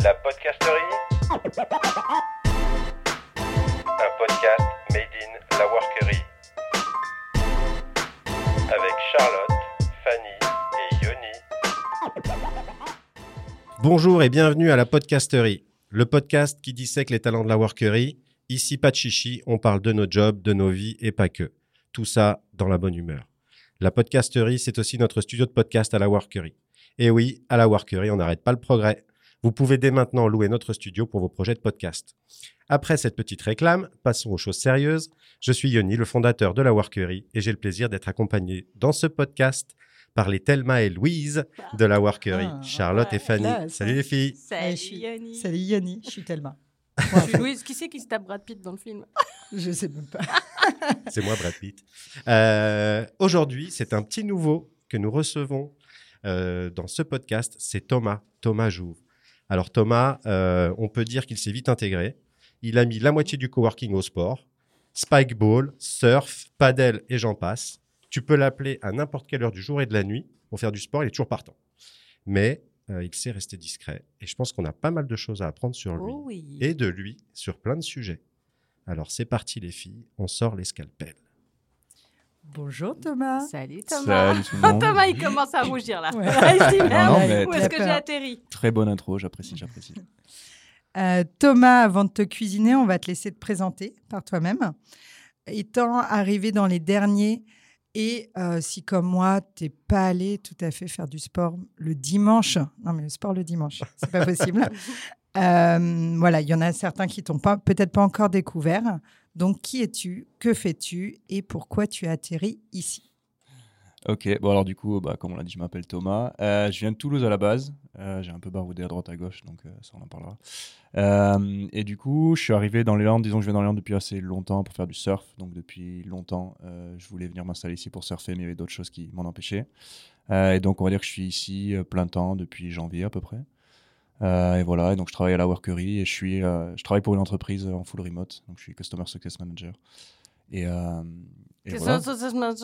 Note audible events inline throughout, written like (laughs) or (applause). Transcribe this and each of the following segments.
La podcasterie. Un podcast made in la workerie. Avec Charlotte, Fanny et Yoni. Bonjour et bienvenue à la podcasterie, le podcast qui dissèque les talents de la workerie. Ici, pas de chichi, on parle de nos jobs, de nos vies et pas que. Tout ça dans la bonne humeur. La podcasterie, c'est aussi notre studio de podcast à la workerie. Et oui, à la workerie, on n'arrête pas le progrès. Vous pouvez dès maintenant louer notre studio pour vos projets de podcast. Après cette petite réclame, passons aux choses sérieuses. Je suis Yoni, le fondateur de la workerie, et j'ai le plaisir d'être accompagné dans ce podcast par les Thelma et Louise de la workerie, Ah, Charlotte et ouais, Fanny. classe. Salut les filles Salut je suis- Yoni. Salut Yoni, je suis Thelma. Je suis Louise. Qui c'est qui se tape Brad Pitt dans le film Je sais même pas. C'est moi, Brad Pitt. Euh, Aujourd'hui, c'est un petit nouveau que nous recevons euh, dans ce podcast. C'est Thomas, Thomas Jouve. Alors Thomas, euh, on peut dire qu'il s'est vite intégré. Il a mis la moitié du coworking au sport, spikeball, surf, paddle et j'en passe. Tu peux l'appeler à n'importe quelle heure du jour et de la nuit pour faire du sport, il est toujours partant. Mais euh, il sait rester discret et je pense qu'on a pas mal de choses à apprendre sur lui Oh oui. et de lui sur plein de sujets. Alors c'est parti les filles, on sort les scalpels. Bonjour Thomas. Salut Thomas. tout le monde. Thomas, il commence à rougir là. (laughs) Ouais. Il se dit, merde, Non, non, mais Où est-ce que Très j'ai peur. atterri Très bonne intro, j'apprécie, j'apprécie. Euh, Thomas, avant de te cuisiner, on va te laisser te présenter par toi-même. Étant arrivé dans les derniers, et euh, si comme moi, t'es pas allé tout à fait faire du sport le dimanche, non mais le sport le dimanche, c'est (laughs) pas possible. Euh, voilà, il y en a certains qui t'ont pas, peut-être pas encore découvert. Donc, qui es-tu Que fais-tu Et pourquoi tu as atterri ici Ok, bon alors du coup, bah, comme on l'a dit, je m'appelle Thomas. Euh, je viens de Toulouse à la base. Euh, J'ai un peu baroudé à droite à gauche, donc euh, ça on en parlera. Euh, et du coup, je suis arrivé dans les Landes. Disons que je viens dans les Landes depuis assez longtemps pour faire du surf. Donc depuis longtemps, euh, je voulais venir m'installer ici pour surfer, mais il y avait d'autres choses qui m'en empêchaient. Euh, et donc on va dire que je suis ici euh, plein temps depuis janvier à peu près. Euh, et voilà, et donc je travaille à la workerie et je, suis, euh, je travaille pour une entreprise en full remote. Donc je suis Customer Success Manager. Et, euh, et Qu'est-ce voilà. que ça se mange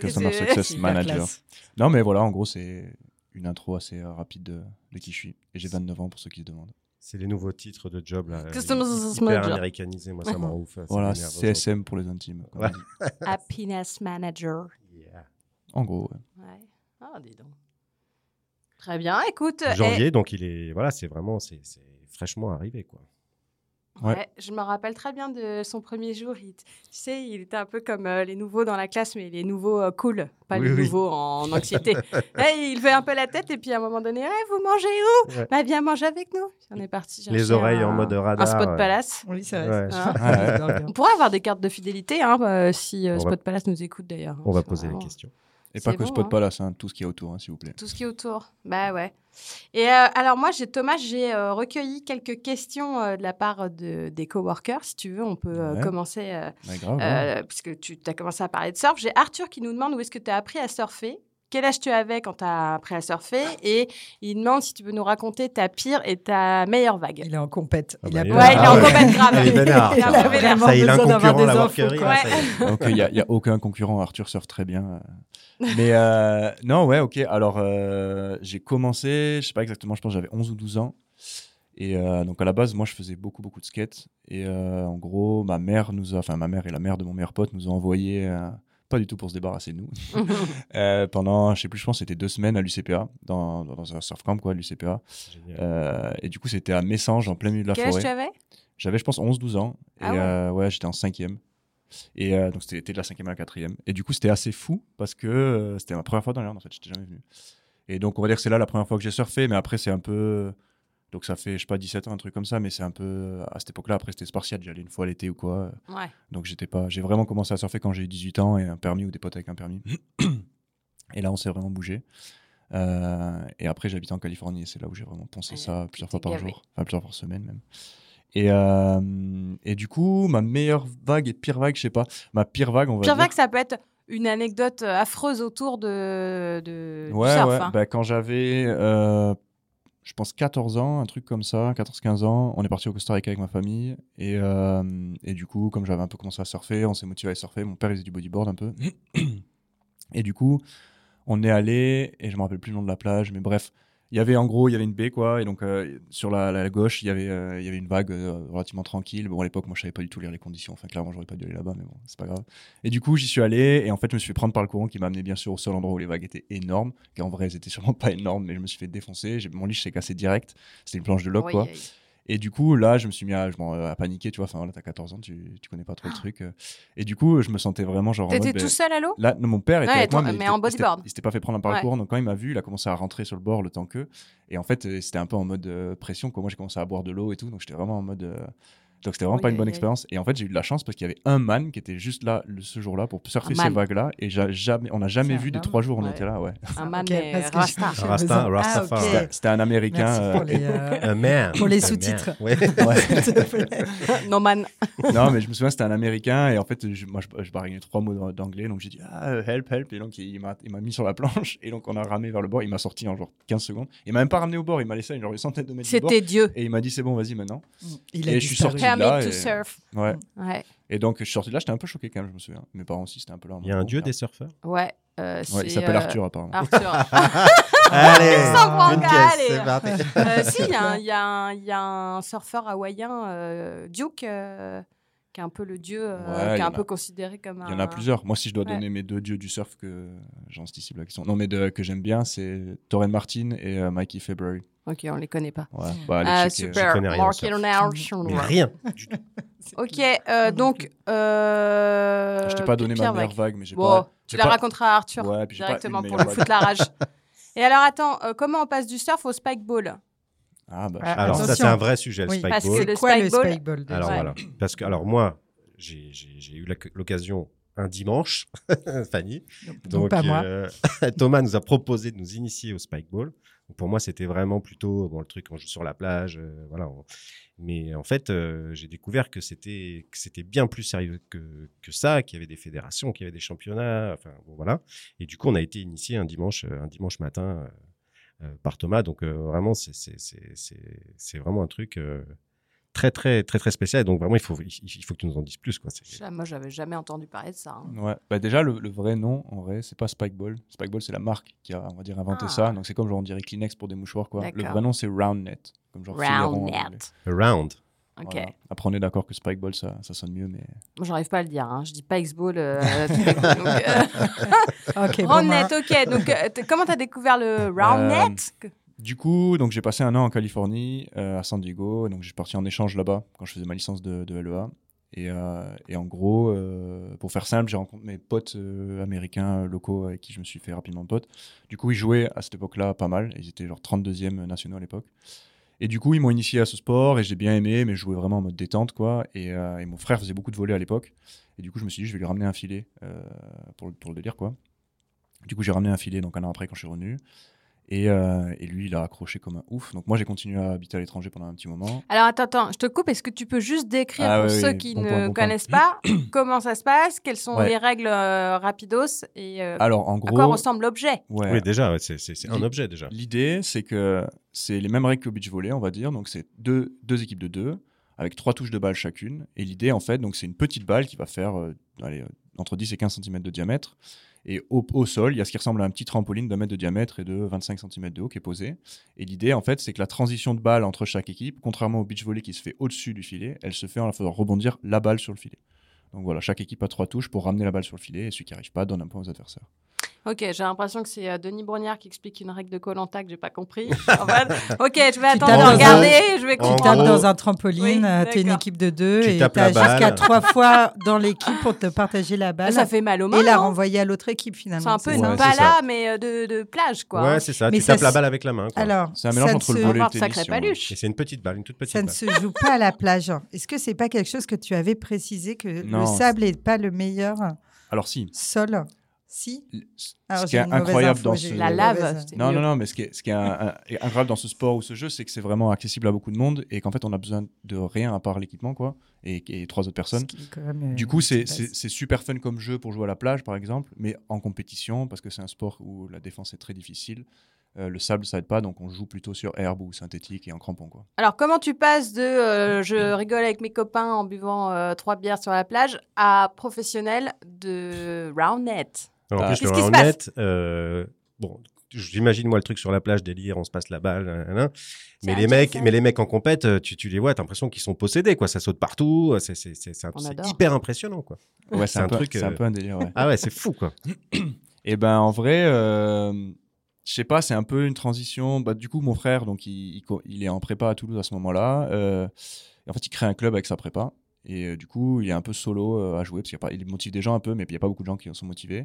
Customer C'est- (laughs) Success Hyper Manager. classe. Non, mais voilà, en gros, c'est une intro assez euh, rapide de, de qui je suis. Et j'ai 29 ans pour ceux qui se demandent. C'est les nouveaux titres de job là. Customer hy- Success hyper Manager. américanisé, moi ça m'en ouf. ça Voilà, m'énerve CSM pour les intimes. comme Ouais. on dit. Ah. Happiness Manager. aujourd'hui. Yeah. En gros, ouais. Ouais. Ah, dis donc. Très bien, écoute. eh, Janvier, donc il est voilà, c'est vraiment c'est c'est fraîchement arrivé quoi. Ouais. ouais, je me rappelle très bien de son premier jour. Il, t- tu sais, il était un peu comme euh, les nouveaux dans la classe, mais les nouveaux euh, cool, pas Oui, les oui. nouveaux (laughs) en anxiété. Eh, il fait un peu la tête et puis à un moment donné, Eh, vous mangez où Ouais. Bah viens manger avec nous. Puis on est parti. Les chercher oreilles un- en mode radar. euh, Un spot ouais. palace. Oui, c'est vrai. euh, Ouais. Ah. Ouais. J'adore bien. On pourrait avoir des cartes de fidélité hein, euh, si euh, On va- Spot Palace nous écoute d'ailleurs. hein, On va C'est poser les vraiment questions. Et C'est pas que bon, Spot hein. Palace, hein, tout ce qu'il y a autour, hein, s'il vous plaît. Tout ce qui est autour. Bah ouais. Et euh, alors moi, j'ai Thomas, j'ai euh, recueilli quelques questions euh, de la part de, des coworkers. Si tu veux, on peut euh, Ouais. commencer, euh, Ouais, grave, hein. ouais. euh, puisque tu as commencé à parler de surf. J'ai Arthur qui nous demande où est-ce que tu as appris à surfer. Quel âge tu avais quand tu as appris à surfer Et il demande si tu peux nous raconter ta pire et ta meilleure vague. Il est en compète. Ah il bah, a il est- peur. Ouais, il est Ah en ouais. (laughs) compète grave. (laughs) Elle est vénère, Il est ça. un peu vénère. Vraiment Ça, il a un besoin d'avoir concurrent des la infos, workerie. quoi. là, ça y est. Ok, il n'y a, il y a aucun concurrent. Arthur surfe très bien. euh. Mais euh, non, ouais, ok. Alors, euh, j'ai commencé, je sais pas exactement, je pense que j'avais 11 ou 12 ans. Et euh, donc, à la base, moi, je faisais beaucoup, beaucoup de skate. Et euh, en gros, ma mère nous a, enfin, ma mère et la mère de mon meilleur pote nous ont envoyé, euh, pas du tout pour se débarrasser de nous, euh, pendant, je sais plus, je pense, que c'était deux semaines à l'UCPA, dans, dans un surf camp, quoi, à l'UCPA. Génial. Euh, et du coup, c'était à Messange, en plein milieu de (laughs) la Quel âge forêt. tu avais J'avais, je pense, 11-12 ans. Et Ah ouais. euh, ouais, j'étais en cinquième. Et euh, donc, c'était c'était de la cinquième à la quatrième. Et du coup, c'était assez fou parce que euh, c'était ma première fois dans l'Irlande, en fait. J'étais jamais venu. Et donc, on va dire que c'est là la première fois que j'ai surfé, mais après, c'est un peu. Donc, ça fait, je sais pas, 17 ans, un truc comme ça, mais c'est un peu. À cette époque-là, après, c'était spartiate. J'allais une fois à l'été ou quoi. Ouais. Donc j'étais pas, j'ai vraiment commencé à surfer quand j'ai eu 18 ans et un permis ou des potes avec un permis. et là, on s'est vraiment bougé. Euh, et après, j'habitais en Californie et c'est là où j'ai vraiment poncé Ouais, ça plusieurs fois t'es par Ah, gavé. jour, enfin plusieurs fois par semaine même. Et, euh, et du coup, ma meilleure vague et pire vague, je sais pas, ma pire vague, on va Pire dire. vague, ça peut être une anecdote euh, affreuse autour de, de ouais, du surf. ouais. hein. Bah, quand j'avais, euh, je pense, 14 ans, un truc comme ça, 14-15 ans, on est parti au Costa Rica avec ma famille. Et, euh, et du coup, comme j'avais un peu commencé à surfer, on s'est motivé à surfer. Mon père, il faisait du bodyboard un peu. Et du coup, on est allé, et je me rappelle plus le nom de la plage, mais bref, il y avait en gros, il y avait une baie, quoi. Et donc, euh, sur la, la gauche, il y avait, euh, il y avait une vague euh, relativement tranquille. Bon, à l'époque, moi, je savais pas du tout lire les conditions. Enfin, clairement, j'aurais pas dû aller là-bas, mais bon, c'est pas grave. Et du coup, j'y suis allé. Et en fait, je me suis fait prendre par le courant qui m'a amené, bien sûr, au seul endroit où les vagues étaient énormes. Qui en vrai, elles étaient sûrement (laughs) pas énormes, mais je me suis fait défoncer. J'ai- Mon lit s'est cassé direct. C'était une planche de loc, Oui, quoi. oui. Et du coup, là, je me suis mis à, je m'en- euh, à paniquer, tu vois. Enfin, là, t'as 14 ans, tu, tu connais pas trop le truc. euh. Et du coup, je me sentais vraiment genre. en Ah. T'étais mode, ben, tout seul à l'eau Là, non, mon père était Ouais, avec moi, attends, mais, il mais était- en il bodyboard. s'était- Il s'était pas fait prendre par le Ouais. courant, donc quand il m'a vu, il a commencé à rentrer sur le bord le temps que. Et en fait, euh, c'était un peu en mode euh, pression. Quoi. Moi, j'ai commencé à boire de l'eau et tout, donc j'étais vraiment en mode. euh, Donc c'était vraiment Oui, pas une aïe, bonne aïe. expérience. Et en fait, j'ai eu de la chance parce qu'il y avait un man qui était juste là le- ce jour-là pour surfer Un ces man. vagues-là. Et j'ai jamais, on n'a jamais C'est vu un des homme trois jours, on Ouais. était là, ouais. Un Ah, man euh, ok, mais parce que rasta. j'ai- j'ai Rasta, besoin- Rastafari. Ah, ok. C'était- C'était un américain. Merci pour euh, les, euh, Un man. Pour les Un sous-titres. man. Ouais. (laughs) ouais. (laughs) s'il te plaît. No (laughs) man. non, mais je me souviens, c'était un Américain. Et en fait, je, moi, je, je baragouinais trois mots d'an- d'anglais. Donc, j'ai dit, ah, euh, help, help. Et donc, il m'a il m'a mis sur la (laughs) planche. Et donc, on a ramé vers le bord. Il m'a sorti en genre 15 secondes. Il m'a même pas ramené au bord. Il m'a laissé à genre une centaine de mètres du bord. C'était Dieu. Et il m'a dit, c'est bon, vas-y maintenant. Il Et je suis disparu. sorti de là Permit et- to surf. Ouais. Ouais. Et donc, je suis sorti de là. J'étais un peu choqué quand même, je me souviens. Mes parents aussi, c'était un peu là. en Il y a mode, un bon, dieu des merde. surfeurs. Ouais. euh, Ouais, il c'est, s'appelle euh, Arthur, apparemment. Arthur. Allez, Alexandre une Wanga, caisse, allez. c'est parti. Euh, si, il y, a un- il y a un- il y a un surfeur hawaïen, euh, Duke, euh, qui est un peu le dieu, euh, Ouais, qui il y est un en peu a- considéré comme un. Il y en a plusieurs. Moi, si je dois Ah. Ouais. donner mes deux dieux du surf que j'en stipule la question. Non, mais de- que j'aime bien, c'est Torren Martin et euh, Mikey February. Ok, on les connaît pas. Ouais. Bah, allez, Ah, checker. super. connais rien au Mark surf. Leonard. Mais rien. du tout. Mm-hmm. Ok, euh, donc. Euh, Ah, Je t'ai pas donné ma Pierre meilleure Vague. vague, mais j'ai Bon, pas. tu j'ai la pas- raconteras à Arthur Ouais, puis j'ai pas directement une pour meilleure le vague. foutre la (laughs) rage. Et alors, attends, euh, comment on passe du surf au spikeball Ah, bah, Ah, Alors, ça, Attention. c'est un vrai sujet, le Oui, parce spikeball. que le quoi le spikeball spikeball déjà Alors Ouais. voilà, parce que alors moi, j'ai- j'ai j'ai eu l'ac- l'occasion un dimanche, (laughs) Fanny. Donc, pas euh, moi. (laughs) Thomas nous a proposé de nous initier au spikeball. Donc, Pour moi, c'était vraiment plutôt bon, le truc on joue sur la plage, euh, voilà. on- Mais en fait, euh, j'ai découvert que c'était que c'était bien plus sérieux que, que ça, qu'il y avait des fédérations, qu'il y avait des championnats, enfin bon, voilà. Et du coup, on a été initié un dimanche, euh, un dimanche matin euh, euh, par Thomas. Donc euh, vraiment, c'est c'est- c'est- c'est- c'est vraiment un truc. euh, très très très très spécial. Et Donc vraiment, il faut il, il faut que tu nous en dises plus quoi. C'est- Moi, j'avais jamais entendu parler de ça. hein. Ouais. Bah déjà, le, le vrai nom, en vrai, c'est pas Spikeball. Spikeball, c'est la marque qui a, on va dire, inventé Ah. ça. Donc, c'est comme, genre, on dirait Kleenex pour des mouchoirs, quoi. Le D'accord. vrai nom, c'est Roundnet. Comme genre filaire en Round anglais. net. Round. Ok. euh, Voilà. Après, on est d'accord que Spikeball, ça, ça sonne mieux, mais... Moi, j'arrive pas à le dire. hein. Je dis spikeball. (laughs) Euh, à tous les coups, donc, euh, Ok, bon, round ben, net, ok. Donc, euh, t- comment t'as découvert le round bah. Euh, net Du coup, donc j'ai passé un an en Californie, euh, à San Diego. Donc, je suis parti en échange là-bas quand je faisais ma licence de, de LEA. Et, euh, et en gros, euh, pour faire simple, j'ai rencontré mes potes euh, américains euh, locaux avec qui je me suis fait rapidement pote. Du coup, ils jouaient à cette époque-là pas mal. Ils étaient genre 32e nationaux à l'époque. Et du coup, ils m'ont initié à ce sport et j'ai bien aimé, mais je jouais vraiment en mode détente, quoi. Et, euh, et mon frère faisait beaucoup de volets à l'époque. Et du coup, je me suis dit, je vais lui ramener un filet euh, pour, le- pour le délire, quoi. Du coup, j'ai ramené un filet, donc un an après, quand je suis revenu. Et, euh, et lui, il a accroché comme un ouf. Donc moi, j'ai continué à habiter à l'étranger pendant un petit moment. Alors, attends, attends. Je te coupe. Est-ce que tu peux juste décrire Ah, pour oui, ceux oui, qui bon ne point, bon connaissent (clears throat) pas comment ça se passe, quelles sont Ouais. les règles euh, rapidos et euh, Alors, en à quoi gros, ressemble l'objet ouais, Oui déjà, ouais, c'est c'est- c'est un Li- objet déjà. l'idée, c'est que c'est les mêmes règles qu'au beach volley, on va dire. Donc, c'est deux, deux équipes de deux, avec trois touches de balle chacune. Et l'idée, en fait, donc c'est une petite balle qui va faire euh, allez, euh, entre 10 et 15 cm de diamètre. Et au, au sol, il y a ce qui ressemble à un petit trampoline d'un mètre de diamètre et de 25 cm de haut qui est posé. Et l'idée, en fait, c'est que la transition de balle entre chaque équipe, contrairement au beach volley qui se fait au-dessus du filet, elle se fait en faisant rebondir la balle sur le filet. Donc voilà, chaque équipe a trois touches pour ramener la balle sur le filet et celui qui n'arrive pas donne un point aux adversaires. Ok, j'ai l'impression que c'est euh, Denis Brogniard qui explique une règle de Colanta que j'ai pas compris. (laughs) En fait, ok, je vais attendre tapes de dans regarder, je vais tu bah, Tu En comprendre. tapes gros- dans un trampoline, Oui, euh, t'es une d'accord. équipe de deux Tu et tapes t'as la balle. jusqu'à trois fois dans l'équipe pour te partager la balle Ah, Ça fait mal aux mains. et la non renvoyer à l'autre équipe finalement. C'est un peu c'est une ça. ça bala, Ouais, c'est ça. mais euh, de, de plage, quoi. Ouais, c'est ça. Mais tu ça tapes la se- balle avec la main. quoi. Alors, C'est un mélange ça ne entre se- le Faut volet et avoir le de tennis. sacrées si on veut. paluches. Et c'est une petite balle, une toute petite Ça ne balle. se joue pas à la plage. hein. Est-ce que c'est pas quelque chose que tu avais précisé que le Non. sable n'est pas le meilleur Alors si, sol Si Alors, ce qui j'ai est Ah, une mauvaise incroyable info, dans j'ai ce... une La lave, mauvaise- c'est hein. Non, mieux. non, non, mais ce qui est, ce qui est un- un- est incroyable dans ce sport ou ce jeu, c'est que c'est vraiment accessible à beaucoup de monde et qu'en fait, on a besoin de rien à part l'équipement, quoi, et, et trois autres personnes. Ce qui est quand même, euh, Du coup, c'est une petite c'est- c'est super fun comme jeu pour jouer à la plage, par exemple, mais en compétition, parce que c'est un sport où la défense est très difficile. euh, le sable, ça aide pas, donc on joue plutôt sur herbe ou synthétique et en crampon, quoi. Alors, comment tu passes de euh, je rigole avec mes copains en buvant euh, trois bières sur la plage à professionnel de round net Alors, en Ah. plus, Qu'est-ce le qui se round net, euh, bon, j'imagine moi le truc sur la plage délire, on se passe la balle, nan, nan, nan. C'est mais un les mecs, garçon. mais les mecs en compète, euh, tu, tu les vois, t'as l'impression qu'ils sont possédés quoi, ça saute partout, euh, c'est c'est- c'est- c'est un- On c'est adore. hyper impressionnant quoi. Ouais, c'est C'est un, un peu- truc, c'est un euh, peu un délire, ouais. Ah ouais, c'est fou quoi. Et ben en vrai, euh, je sais pas, c'est un peu une transition. Bah, du coup, mon frère, donc il, il co- il est en prépa à Toulouse à ce moment-là. euh, et en fait, il crée un club avec sa prépa. Et euh, du coup, il est un peu solo euh, à jouer parce qu'il y a pas- il motive des gens un peu, mais il n'y a pas beaucoup de gens qui en sont motivés.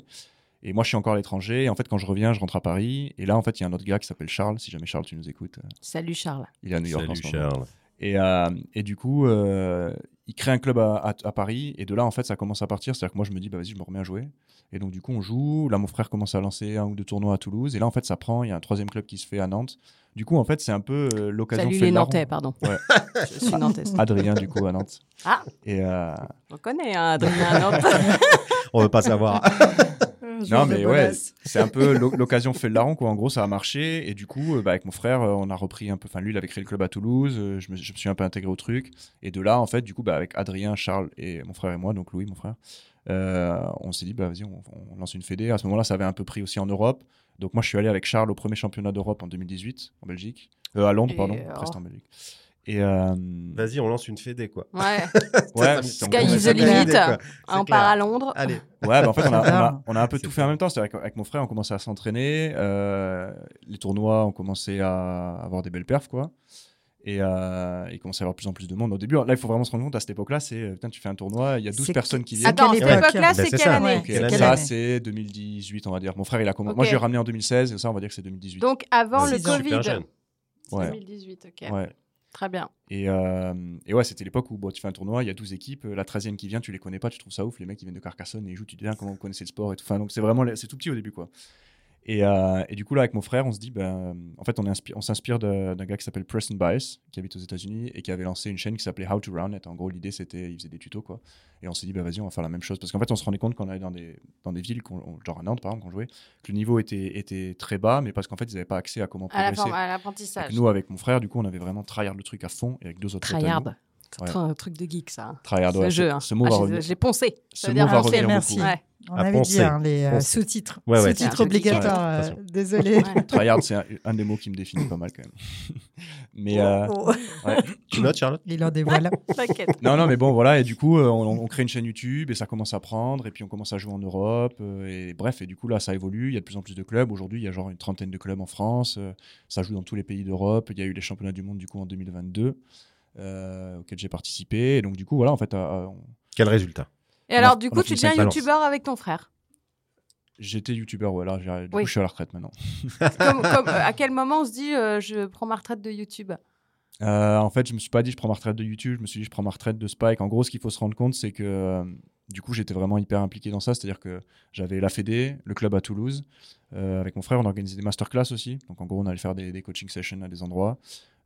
Et moi, je suis encore à l'étranger. Et en fait, quand je reviens, je rentre à Paris. Et là, en fait, il y a un autre gars qui s'appelle Charles. Si jamais Charles, tu nous écoutes, euh, Salut Charles. il est à (laughs) New York en Salut ce moment. Charles. Et, euh, et du coup, euh, il crée un club à, à- à Paris. Et de là, en fait, ça commence à partir. C'est-à-dire que moi, je me dis, bah, vas-y, je me remets à jouer. Et donc, du coup, on joue. Là, mon frère commence à lancer un ou deux tournois à Toulouse. Et là, en fait, ça prend. Il y a un troisième club qui se fait à Nantes. Du coup, en fait, c'est un peu euh, l'occasion. Salut fait les marron. Nantais, pardon. Ouais. Je suis (laughs) Nantaise. Adrien, du coup, à Nantes. Ah. Et, euh, On connaît un Adrien (laughs) Nantes. On veut pas (laughs) savoir. Non, mais ouais, c'est un peu l'o- l'occasion fait le larron, quoi. En gros, ça a marché. Et du coup, euh, bah, avec mon frère, euh, on a repris un peu. Enfin, lui, il avait créé le club à Toulouse. euh, Je me, je me suis un peu intégré au truc. Et de là, en fait, du coup, bah, avec Adrien, Charles et mon frère et moi, donc Louis, mon frère, euh, on s'est dit, bah, vas-y, on, on lance une fédé. À ce moment-là, ça avait un peu pris aussi en Europe. Donc, moi, je suis allé avec Charles au premier championnat d'Europe en 2018, en Belgique. Euh, à Londres, Et pardon. alors Presque en Belgique. Et. euh, Vas-y, on lance une fédé quoi. Ouais. ouais, Ça, ça mais Sky c'est is me the en gros, donne une limit. idée, quoi. On C'est part à clair. Londres. Allez. Ouais, bah en fait, on a, on a, on a un peu C'est tout fait en même temps. C'est-à-dire qu'avec mon frère, on commençait à s'entraîner. euh, les tournois ont commencé à avoir des belles perfs, quoi. Et euh, il commençait à avoir de plus en plus de monde. Au début, là, il faut vraiment se rendre compte, à cette époque-là, c'est euh, putain, tu fais un tournoi, il y a 12 C'est- personnes qui viennent. Attends, quelle cette époque époque-là, Bah, c'est c'est quelle ça. année Ok, c'est C'est quelle ça, année c'est 2018, on va dire. Mon frère, il a commencé. Moi, Ok. je l'ai ramené en 2016, et ça, on va dire que c'est 2018. Donc avant Six le C'est ans. super Covid. jeune. ouais. 2018, ok. ouais. Très bien. Et, euh, et ouais, c'était l'époque où bon, tu fais un tournoi, il y a 12 équipes, euh, la 13e qui vient, tu les connais pas, tu trouves ça ouf, les mecs qui viennent de Carcassonne et ils jouent, tu te dis ah, comment vous connaissez le sport et tout. Enfin, donc c'est vraiment, les- c'est tout petit au début quoi. Et, euh, et du coup, là, avec mon frère, on se dit, ben, en fait, on, est inspi- on s'inspire de- d'un gars qui s'appelle Preston Bias, qui habite aux États-Unis et qui avait lancé une chaîne qui s'appelait How to Round It. En gros, l'idée, c'était, il faisait des tutos, quoi. Et on s'est dit, ben, vas-y, on va faire la même chose. Parce qu'en fait, on se rendait compte qu'on allait dans des, dans des villes, qu'on- on- genre à Nantes, par exemple, qu'on jouait, que le niveau était, était très bas, mais parce qu'en fait, ils n'avaient pas accès à comment À la progresser. forme, à Donc, l'apprentissage. nous, avec mon frère, du coup, on avait vraiment tryhard le truc à fond et avec deux autres. potes à nous. Tryhard. C'est Ouais. un truc de geek, ça. Tryhard, Ce ouais, jeu. ce- hein. Ce mot Ah, va j'ai- revenir. J'ai poncé. Ce Ça veut mot dire va penser, poncé. revenir (laughs) merci. beaucoup. Ouais. Ouais. On À avait dit penser. hein, les euh, Penser. sous-titres. Ouais, ouais. C'est un Sous-titres truc geek, ouais, obligatoires. euh, attention. Désolé. Ouais. Tryhard, c'est un, un des mots qui me définit pas mal quand même. (laughs) Mais euh, Oh, Tu notes Charlotte Il en dévoile. T'inquiète. non, non, mais bon, voilà. Et du coup, euh, on, on crée une chaîne YouTube et ça commence à prendre. Et puis on commence à jouer en Europe. euh, et bref, et du coup là, ça évolue. Il y a de plus en plus de clubs. Aujourd'hui, il y a genre une trentaine de clubs en France. euh, ça joue dans tous les pays d'Europe. Il y a eu les championnats du monde du coup en 2022 euh, auxquels j'ai participé. Et donc du coup, voilà, en fait, euh, on- Quel résultat Et alors, Alors, du on coup, a tu fait deviens cinq balances. youtubeur avec ton frère. j'étais youtubeur. Voilà, j'ai- du Oui. coup, je suis à la retraite maintenant. Comme- comme, euh, à quel moment on se dit euh, je prends ma retraite de YouTube Euh, en fait, je me suis pas dit je prends ma retraite de YouTube, je me suis dit je prends ma retraite de Spike. En gros, ce qu'il faut se rendre compte, c'est que euh, du coup, j'étais vraiment hyper impliqué dans ça. C'est-à-dire que j'avais la Fédé, le club à Toulouse. Euh, avec mon frère, on organisait des masterclass aussi. Donc, en gros, on allait faire des, des coaching sessions à des endroits.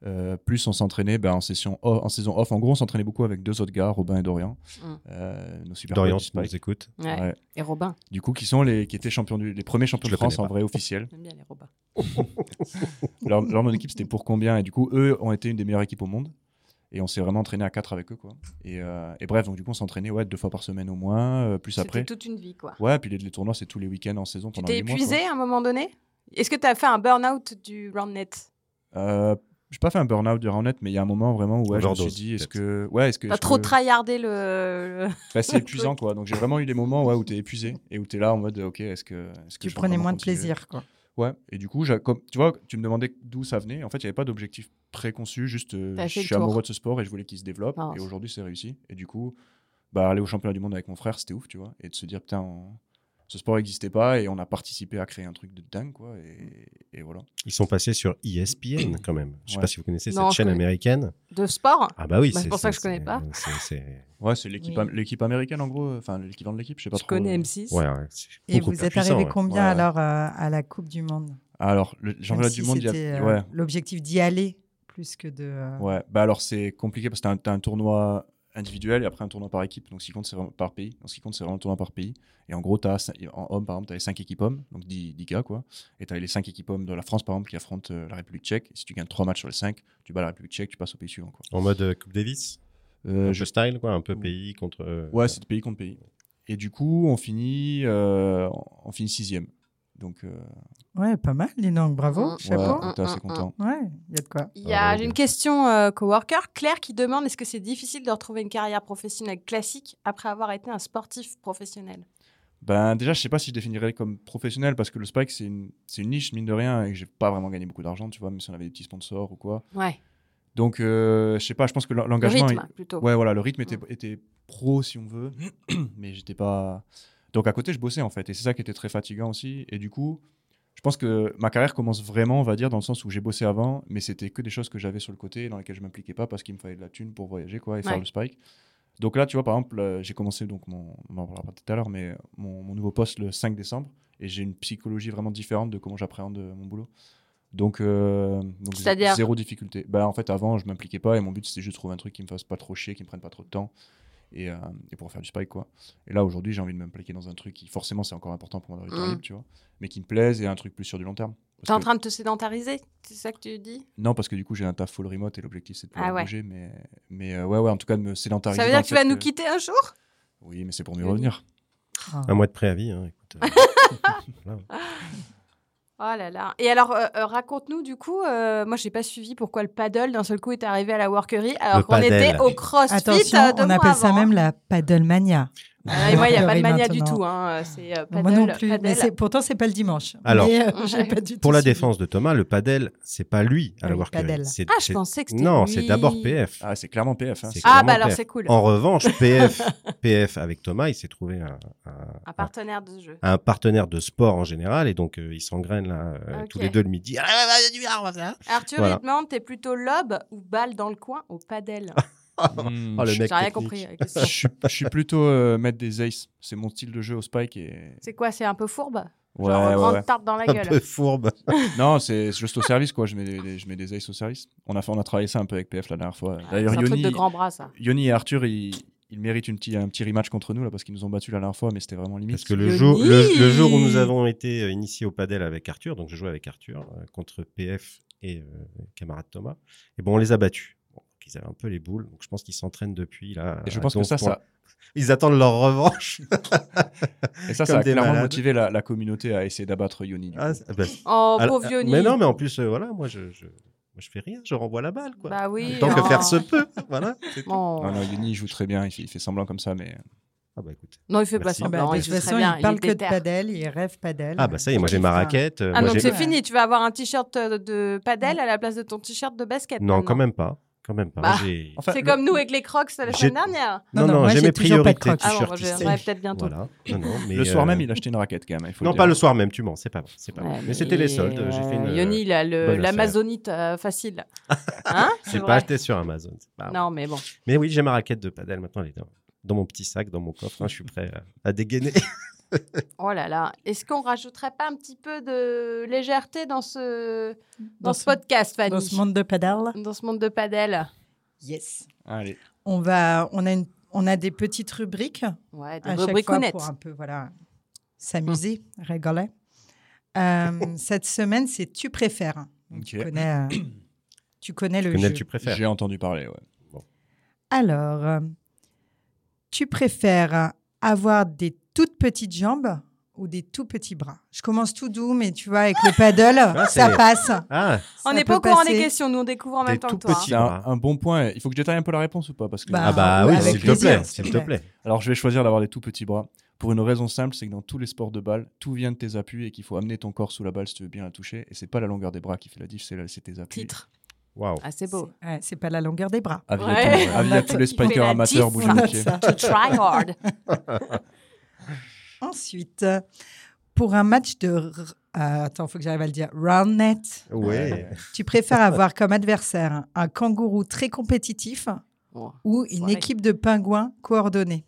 Euh, plus on s'entraînait ben, en, session off- en saison off. En gros, on s'entraînait beaucoup avec deux autres gars, Robin et Dorian. Mm. Euh, nos super Dorian, potes du tu nous Spike. écoutes. Ouais. Ouais. Et Robin. Du coup, qui sont les qui étaient champions du, les premiers champions Je de le connais France en pas. vrai officiel. J'aime bien les Robins. leur, leur nom d'équipe c'était pour combien et du coup eux ont été une des meilleures équipes au monde et on s'est vraiment entraîné à 4 avec eux quoi et, euh, et bref donc du coup on s'entraînait ouais deux fois par semaine au moins euh, plus C'était après toute une vie, quoi. ouais puis les, les tournois c'est tous les week-ends en saison Tu pendant t'es huit mois, épuisé à un moment donné Est-ce que tu as fait un burn-out du Roundnet quoi. euh, j'ai pas fait un burn-out durant net mais il y a un moment vraiment où ouais, je me suis Overdose, dit est-ce peut-être. que ouais est-ce que T'as je trop peux- tryhardé le. le- Bah, c'est épuisant quoi donc j'ai vraiment eu des moments ouais, où t'es épuisé et où t'es là en mode ok est-ce que est-ce que Tu je vais prenais vraiment moins de continuer plaisir. Quoi. ouais et du coup j'a- comme, tu vois tu me demandais d'où ça venait en fait il y avait pas d'objectif préconçu juste euh, T'as fait je le suis tour. amoureux de ce sport et je voulais qu'il se développe Ah, et c'est- aujourd'hui c'est réussi et du coup bah, aller au championnat du monde avec mon frère, c'était ouf, tu vois. Et de se dire, putain, on- ce sport n'existait pas et on a participé à créer un truc de dingue, quoi. Et, et voilà. Ils sont passés sur E (clears throat) ESPN quand même. Je sais Ouais. pas si vous connaissez Non, cette je chaîne connais. américaine. de sport Ah bah oui, Bah, c'est pour ça que je connais pas. (laughs) c'est- c'est- (laughs) Ouais, c'est l'équipe Oui. am- l'équipe américaine, en gros. euh, Enfin, l'équivalent de l'équipe, je sais pas Je trop. euh. connais M6. Ouais, ouais, c'est Et beaucoup vous plus êtes puissant, arrivé ouais. combien Ouais, ouais. alors euh, à la Coupe du Monde Alors, le championnat Même si du monde, il y a- c'était, euh, Ouais. L'objectif d'y aller plus que de. euh, Ouais, bah alors c'est compliqué parce que t'as un- t'as un, tournoi individuel et après un tournoi par équipe. Donc ce qui compte, c'est vraiment par pays. Donc, ce qui compte, c'est vraiment le tournoi par pays. Et en gros, t'as, cin- en homme, par exemple, t'avais 5 équipes hommes, donc 10, 10 gars, quoi. Et t'avais les 5 équipes hommes de la France, par exemple, qui affrontent euh, la République tchèque. Et si tu gagnes 3 matchs sur les 5, tu bats la République tchèque, tu passes au pays suivant, quoi. En mode euh, Coupe Davis Euh, Un je- peu style, quoi, un peu pays contre. euh, Ouais, c'est de pays contre pays. Et du coup, on finit, euh, on finit sixième. Donc, euh, Ouais, pas mal, les langues. Bravo, Mm. chapeau. ouais, j'étais assez Mm, mm, content. Ouais, il y a de quoi. Il y a Ah, j'ai ok. une question euh, coworker, Claire, qui demande est-ce que c'est difficile de retrouver une carrière professionnelle classique après avoir été un sportif professionnel Ben, déjà, je sais pas si je définirais comme professionnel parce que le spike, c'est une, c'est une niche, mine de rien, et que j'ai pas vraiment gagné beaucoup d'argent, tu vois, même si on avait des petits sponsors ou quoi. Ouais. Donc, euh, je sais pas, je pense que l'en- Le l'engagement. rythme, plutôt. il- Ouais, voilà, le rythme était, Mm. était pro, si on veut, (clears throat) mais j'étais pas. Donc, à côté, je bossais, en fait, et c'est ça qui était très fatigant aussi. Et du coup, je pense que ma carrière commence vraiment, on va dire, dans le sens où j'ai bossé avant, mais c'était que des choses que j'avais sur le côté, dans lesquelles je m'impliquais pas parce qu'il me fallait de la thune pour voyager, quoi, et faire Ouais. le spike. Donc là, tu vois, par exemple, euh, j'ai commencé, donc, mon, on en parlera tout à l'heure, mais mon, mon nouveau poste le 5 décembre, et j'ai une psychologie vraiment différente de comment j'appréhende euh, mon boulot. Donc, euh, donc C'est-à-dire zéro difficulté. Bah, en fait, avant, je m'impliquais pas, et mon but, c'était juste de trouver un truc qui me fasse pas trop chier, qui me prenne pas trop de temps, et, euh, et pour faire du spike, quoi. Et là, aujourd'hui, j'ai envie de m'impliquer dans un truc qui, forcément, c'est encore important pour moi dans le temps Mm. libre, tu vois mais qui me plaisent et un truc plus sur du long terme. Parce T'es en que- train de te sédentariser C'est ça que tu dis Non, parce que du coup, j'ai un taf full remote et l'objectif, c'est de pouvoir Ah ouais. bouger. Mais, mais euh, ouais, ouais, en tout cas, de me sédentariser. Ça veut dans dire le que tu vas fait nous quitter un jour Oui, mais c'est pour mieux Oui. (laughs) revenir. Ah. Un mois de préavis, hein, écoute. euh, voilà. Oh là là. Et alors, euh, euh, raconte-nous du coup, euh, moi j'ai pas suivi pourquoi le paddle d'un seul coup est arrivé à la workerie Le alors qu'on paddle. était au crossfit Attention, euh, deux on mois appelle ça avant. même la paddle mania. Ah, et moi, il (laughs) n'y a pas de Workerie mania du maintenant. tout. Hein. C'est euh, paddle, Moi non plus. paddle. Mais c'est- pourtant, c'est pas le dimanche. Alors, (laughs) Mais, euh, (laughs) j'ai pas du tout Pour la suivi. défense de Thomas, le padel, c'est pas lui à la Oui, Workerie. padel. C'est- Ah, je c'est- pensais que c'était Non, lui. c'est d'abord PF. Ah, c'est clairement PF. hein. C'est C'est- Ah, clairement bah alors PF. c'est cool. En revanche, (laughs) PF, PF avec Thomas, il s'est trouvé un, un- Un partenaire de ce (laughs) jeu. un partenaire de sport en général et donc euh, ils s'engrainent là euh, Ok. tous les deux le midi. Ah, là, là, il y a du lard, on va faire. Arthur, Voilà. il demande t'es plutôt lobe ou balle dans le coin au paddle Mm. (laughs) Oh, le Je- mec J'ai rien technique. compris. (laughs) euh, question. Je suis- je suis plutôt euh, mettre des aces. C'est mon style de jeu au spike. Et... C'est quoi C'est un peu fourbe Ouais, Genre, ouais, grande ouais. tarte dans la Un peu gueule. fourbe. Non, c'est c'est juste au service, quoi. Je mets des, des- je mets des aces au service. On a, fait, on a travaillé ça un peu avec PF la dernière fois. Ah, C'est D'ailleurs, un truc Yoni, de grand bras, ça. Yoni et Arthur, ils, ils méritent une petit, un petit rematch contre nous, là, parce qu'ils nous ont battus la dernière fois, mais c'était vraiment limite. Parce que le Yoni. jour, le, le jour où nous avons été euh, initiés au padel avec Arthur, donc je jouais avec Arthur euh, contre PF et euh, camarade Thomas, et bon, on les a battus. Bon, donc ils avaient un peu les boules, donc je pense qu'ils s'entraînent depuis là. Et je à pense que donf ça, pour- ça, Ils attendent leur (laughs) revanche. Et ça, Comme ça a des clairement malades. motivé la, la communauté à essayer d'abattre Yoni. du Ah, coup. c'est- bah, Oh, alors, pauvre Yoni. mais non, mais en plus, euh, voilà, moi je, je, moi, je fais rien, je renvoie la balle, quoi. Bah oui. Tant que non. faire se peut, voilà. c'est tout. Non. Non, non, Yoni il joue très bien, il fait, il fait semblant comme ça, mais Ah bah écoute. Non, il fait Merci. pas Ah bah, semblant. de il toute joue très façon, bien. il parle est que de déter. padel, il rêve padel. Ah bah ça y est, moi j'ai ma Putain. raquette. euh, Ah moi, donc j'ai- c'est Ouais. fini, tu vas avoir un t-shirt euh, de padel à la place de ton t-shirt de basket. Non, maintenant. quand même pas. Quand même pas. Bah. J'ai- Enfin, C'est le- comme nous avec les crocs la J'ai- semaine dernière. Non, Non, non, non, moi, j'ai j'ai mes toujours pas de priorités. crocs. Ah bon, t-shirt, bah, tu sais. j'aurais peut-être bientôt. Voilà. Non, non, mais, le soir euh, même, il a acheté une raquette quand même. il faut Non, le pas dire. le soir même, tu mens, c'est pas vrai. c'est pas vrai. Ouais, mais c'était les soldes, j'ai fait une, euh, Yoni, il a le- bonne affaire. l'amazonite euh, (laughs) facile. Hein C'est pas vrai. acheté sur Amazon. c'est pas vrai. Non, mais bon. Mais oui, j'ai ma raquette de padel maintenant, elle est dans, dans mon petit sac, dans mon coffre. hein, je suis prêt à, à dégainer. Oh là là. Est-ce qu'on rajouterait pas un petit peu de légèreté dans ce, dans Dans ce ce- podcast, Fanny Dans ce monde de padel. Dans ce monde de padel Yes. Allez. On va, on a une, on a des petites rubriques Ouais, des à chaque fois briconnettes. pour un peu voilà s'amuser, rigoler. (laughs) Euh, cette semaine, c'est tu préfères. Donc, Tu Ok. connais, euh, tu connais le Lionel, jeu. tu préfères. J'ai entendu parler, ouais. Ah, Alors, euh, tu préfères avoir des toutes petites jambes ou des tout petits bras Je commence tout doux, mais tu vois, avec le paddle, ça c'est- passe. Ah, On Ça n'est pas au peut courant passer. des questions, nous on découvre en Des même temps tout que toi. hein. petits. C'est un, bras. un bon point. Il faut que je détaille un peu la réponse ou pas parce que... Bah, ah bah oui, avec s'il te plaisir, plaît, s'il s'il te te plaît. Alors, je vais choisir d'avoir des tout petits bras. Pour une raison simple, c'est que dans tous les sports de balle, tout vient de tes appuis et qu'il faut amener ton corps sous la balle si tu veux bien la toucher. Et c'est pas la longueur des bras qui fait la diff, c'est la- c'est tes appuis. Titre. Waouh. Ah, c'est (laughs) beau. Ouais, c'est pas la longueur des bras. Avis, à, Ouais. tous, avis à tous les Il fait spikers la amateurs, diff. bougez les pieds. (laughs) Ça. To try hard. Ensuite, euh, pour un match de. r- euh, attends, faut que j'arrive à le dire. Round net. Ouais. Tu préfères avoir comme adversaire un kangourou très compétitif Oh. Bon. ou une Ouais. équipe de pingouins coordonnés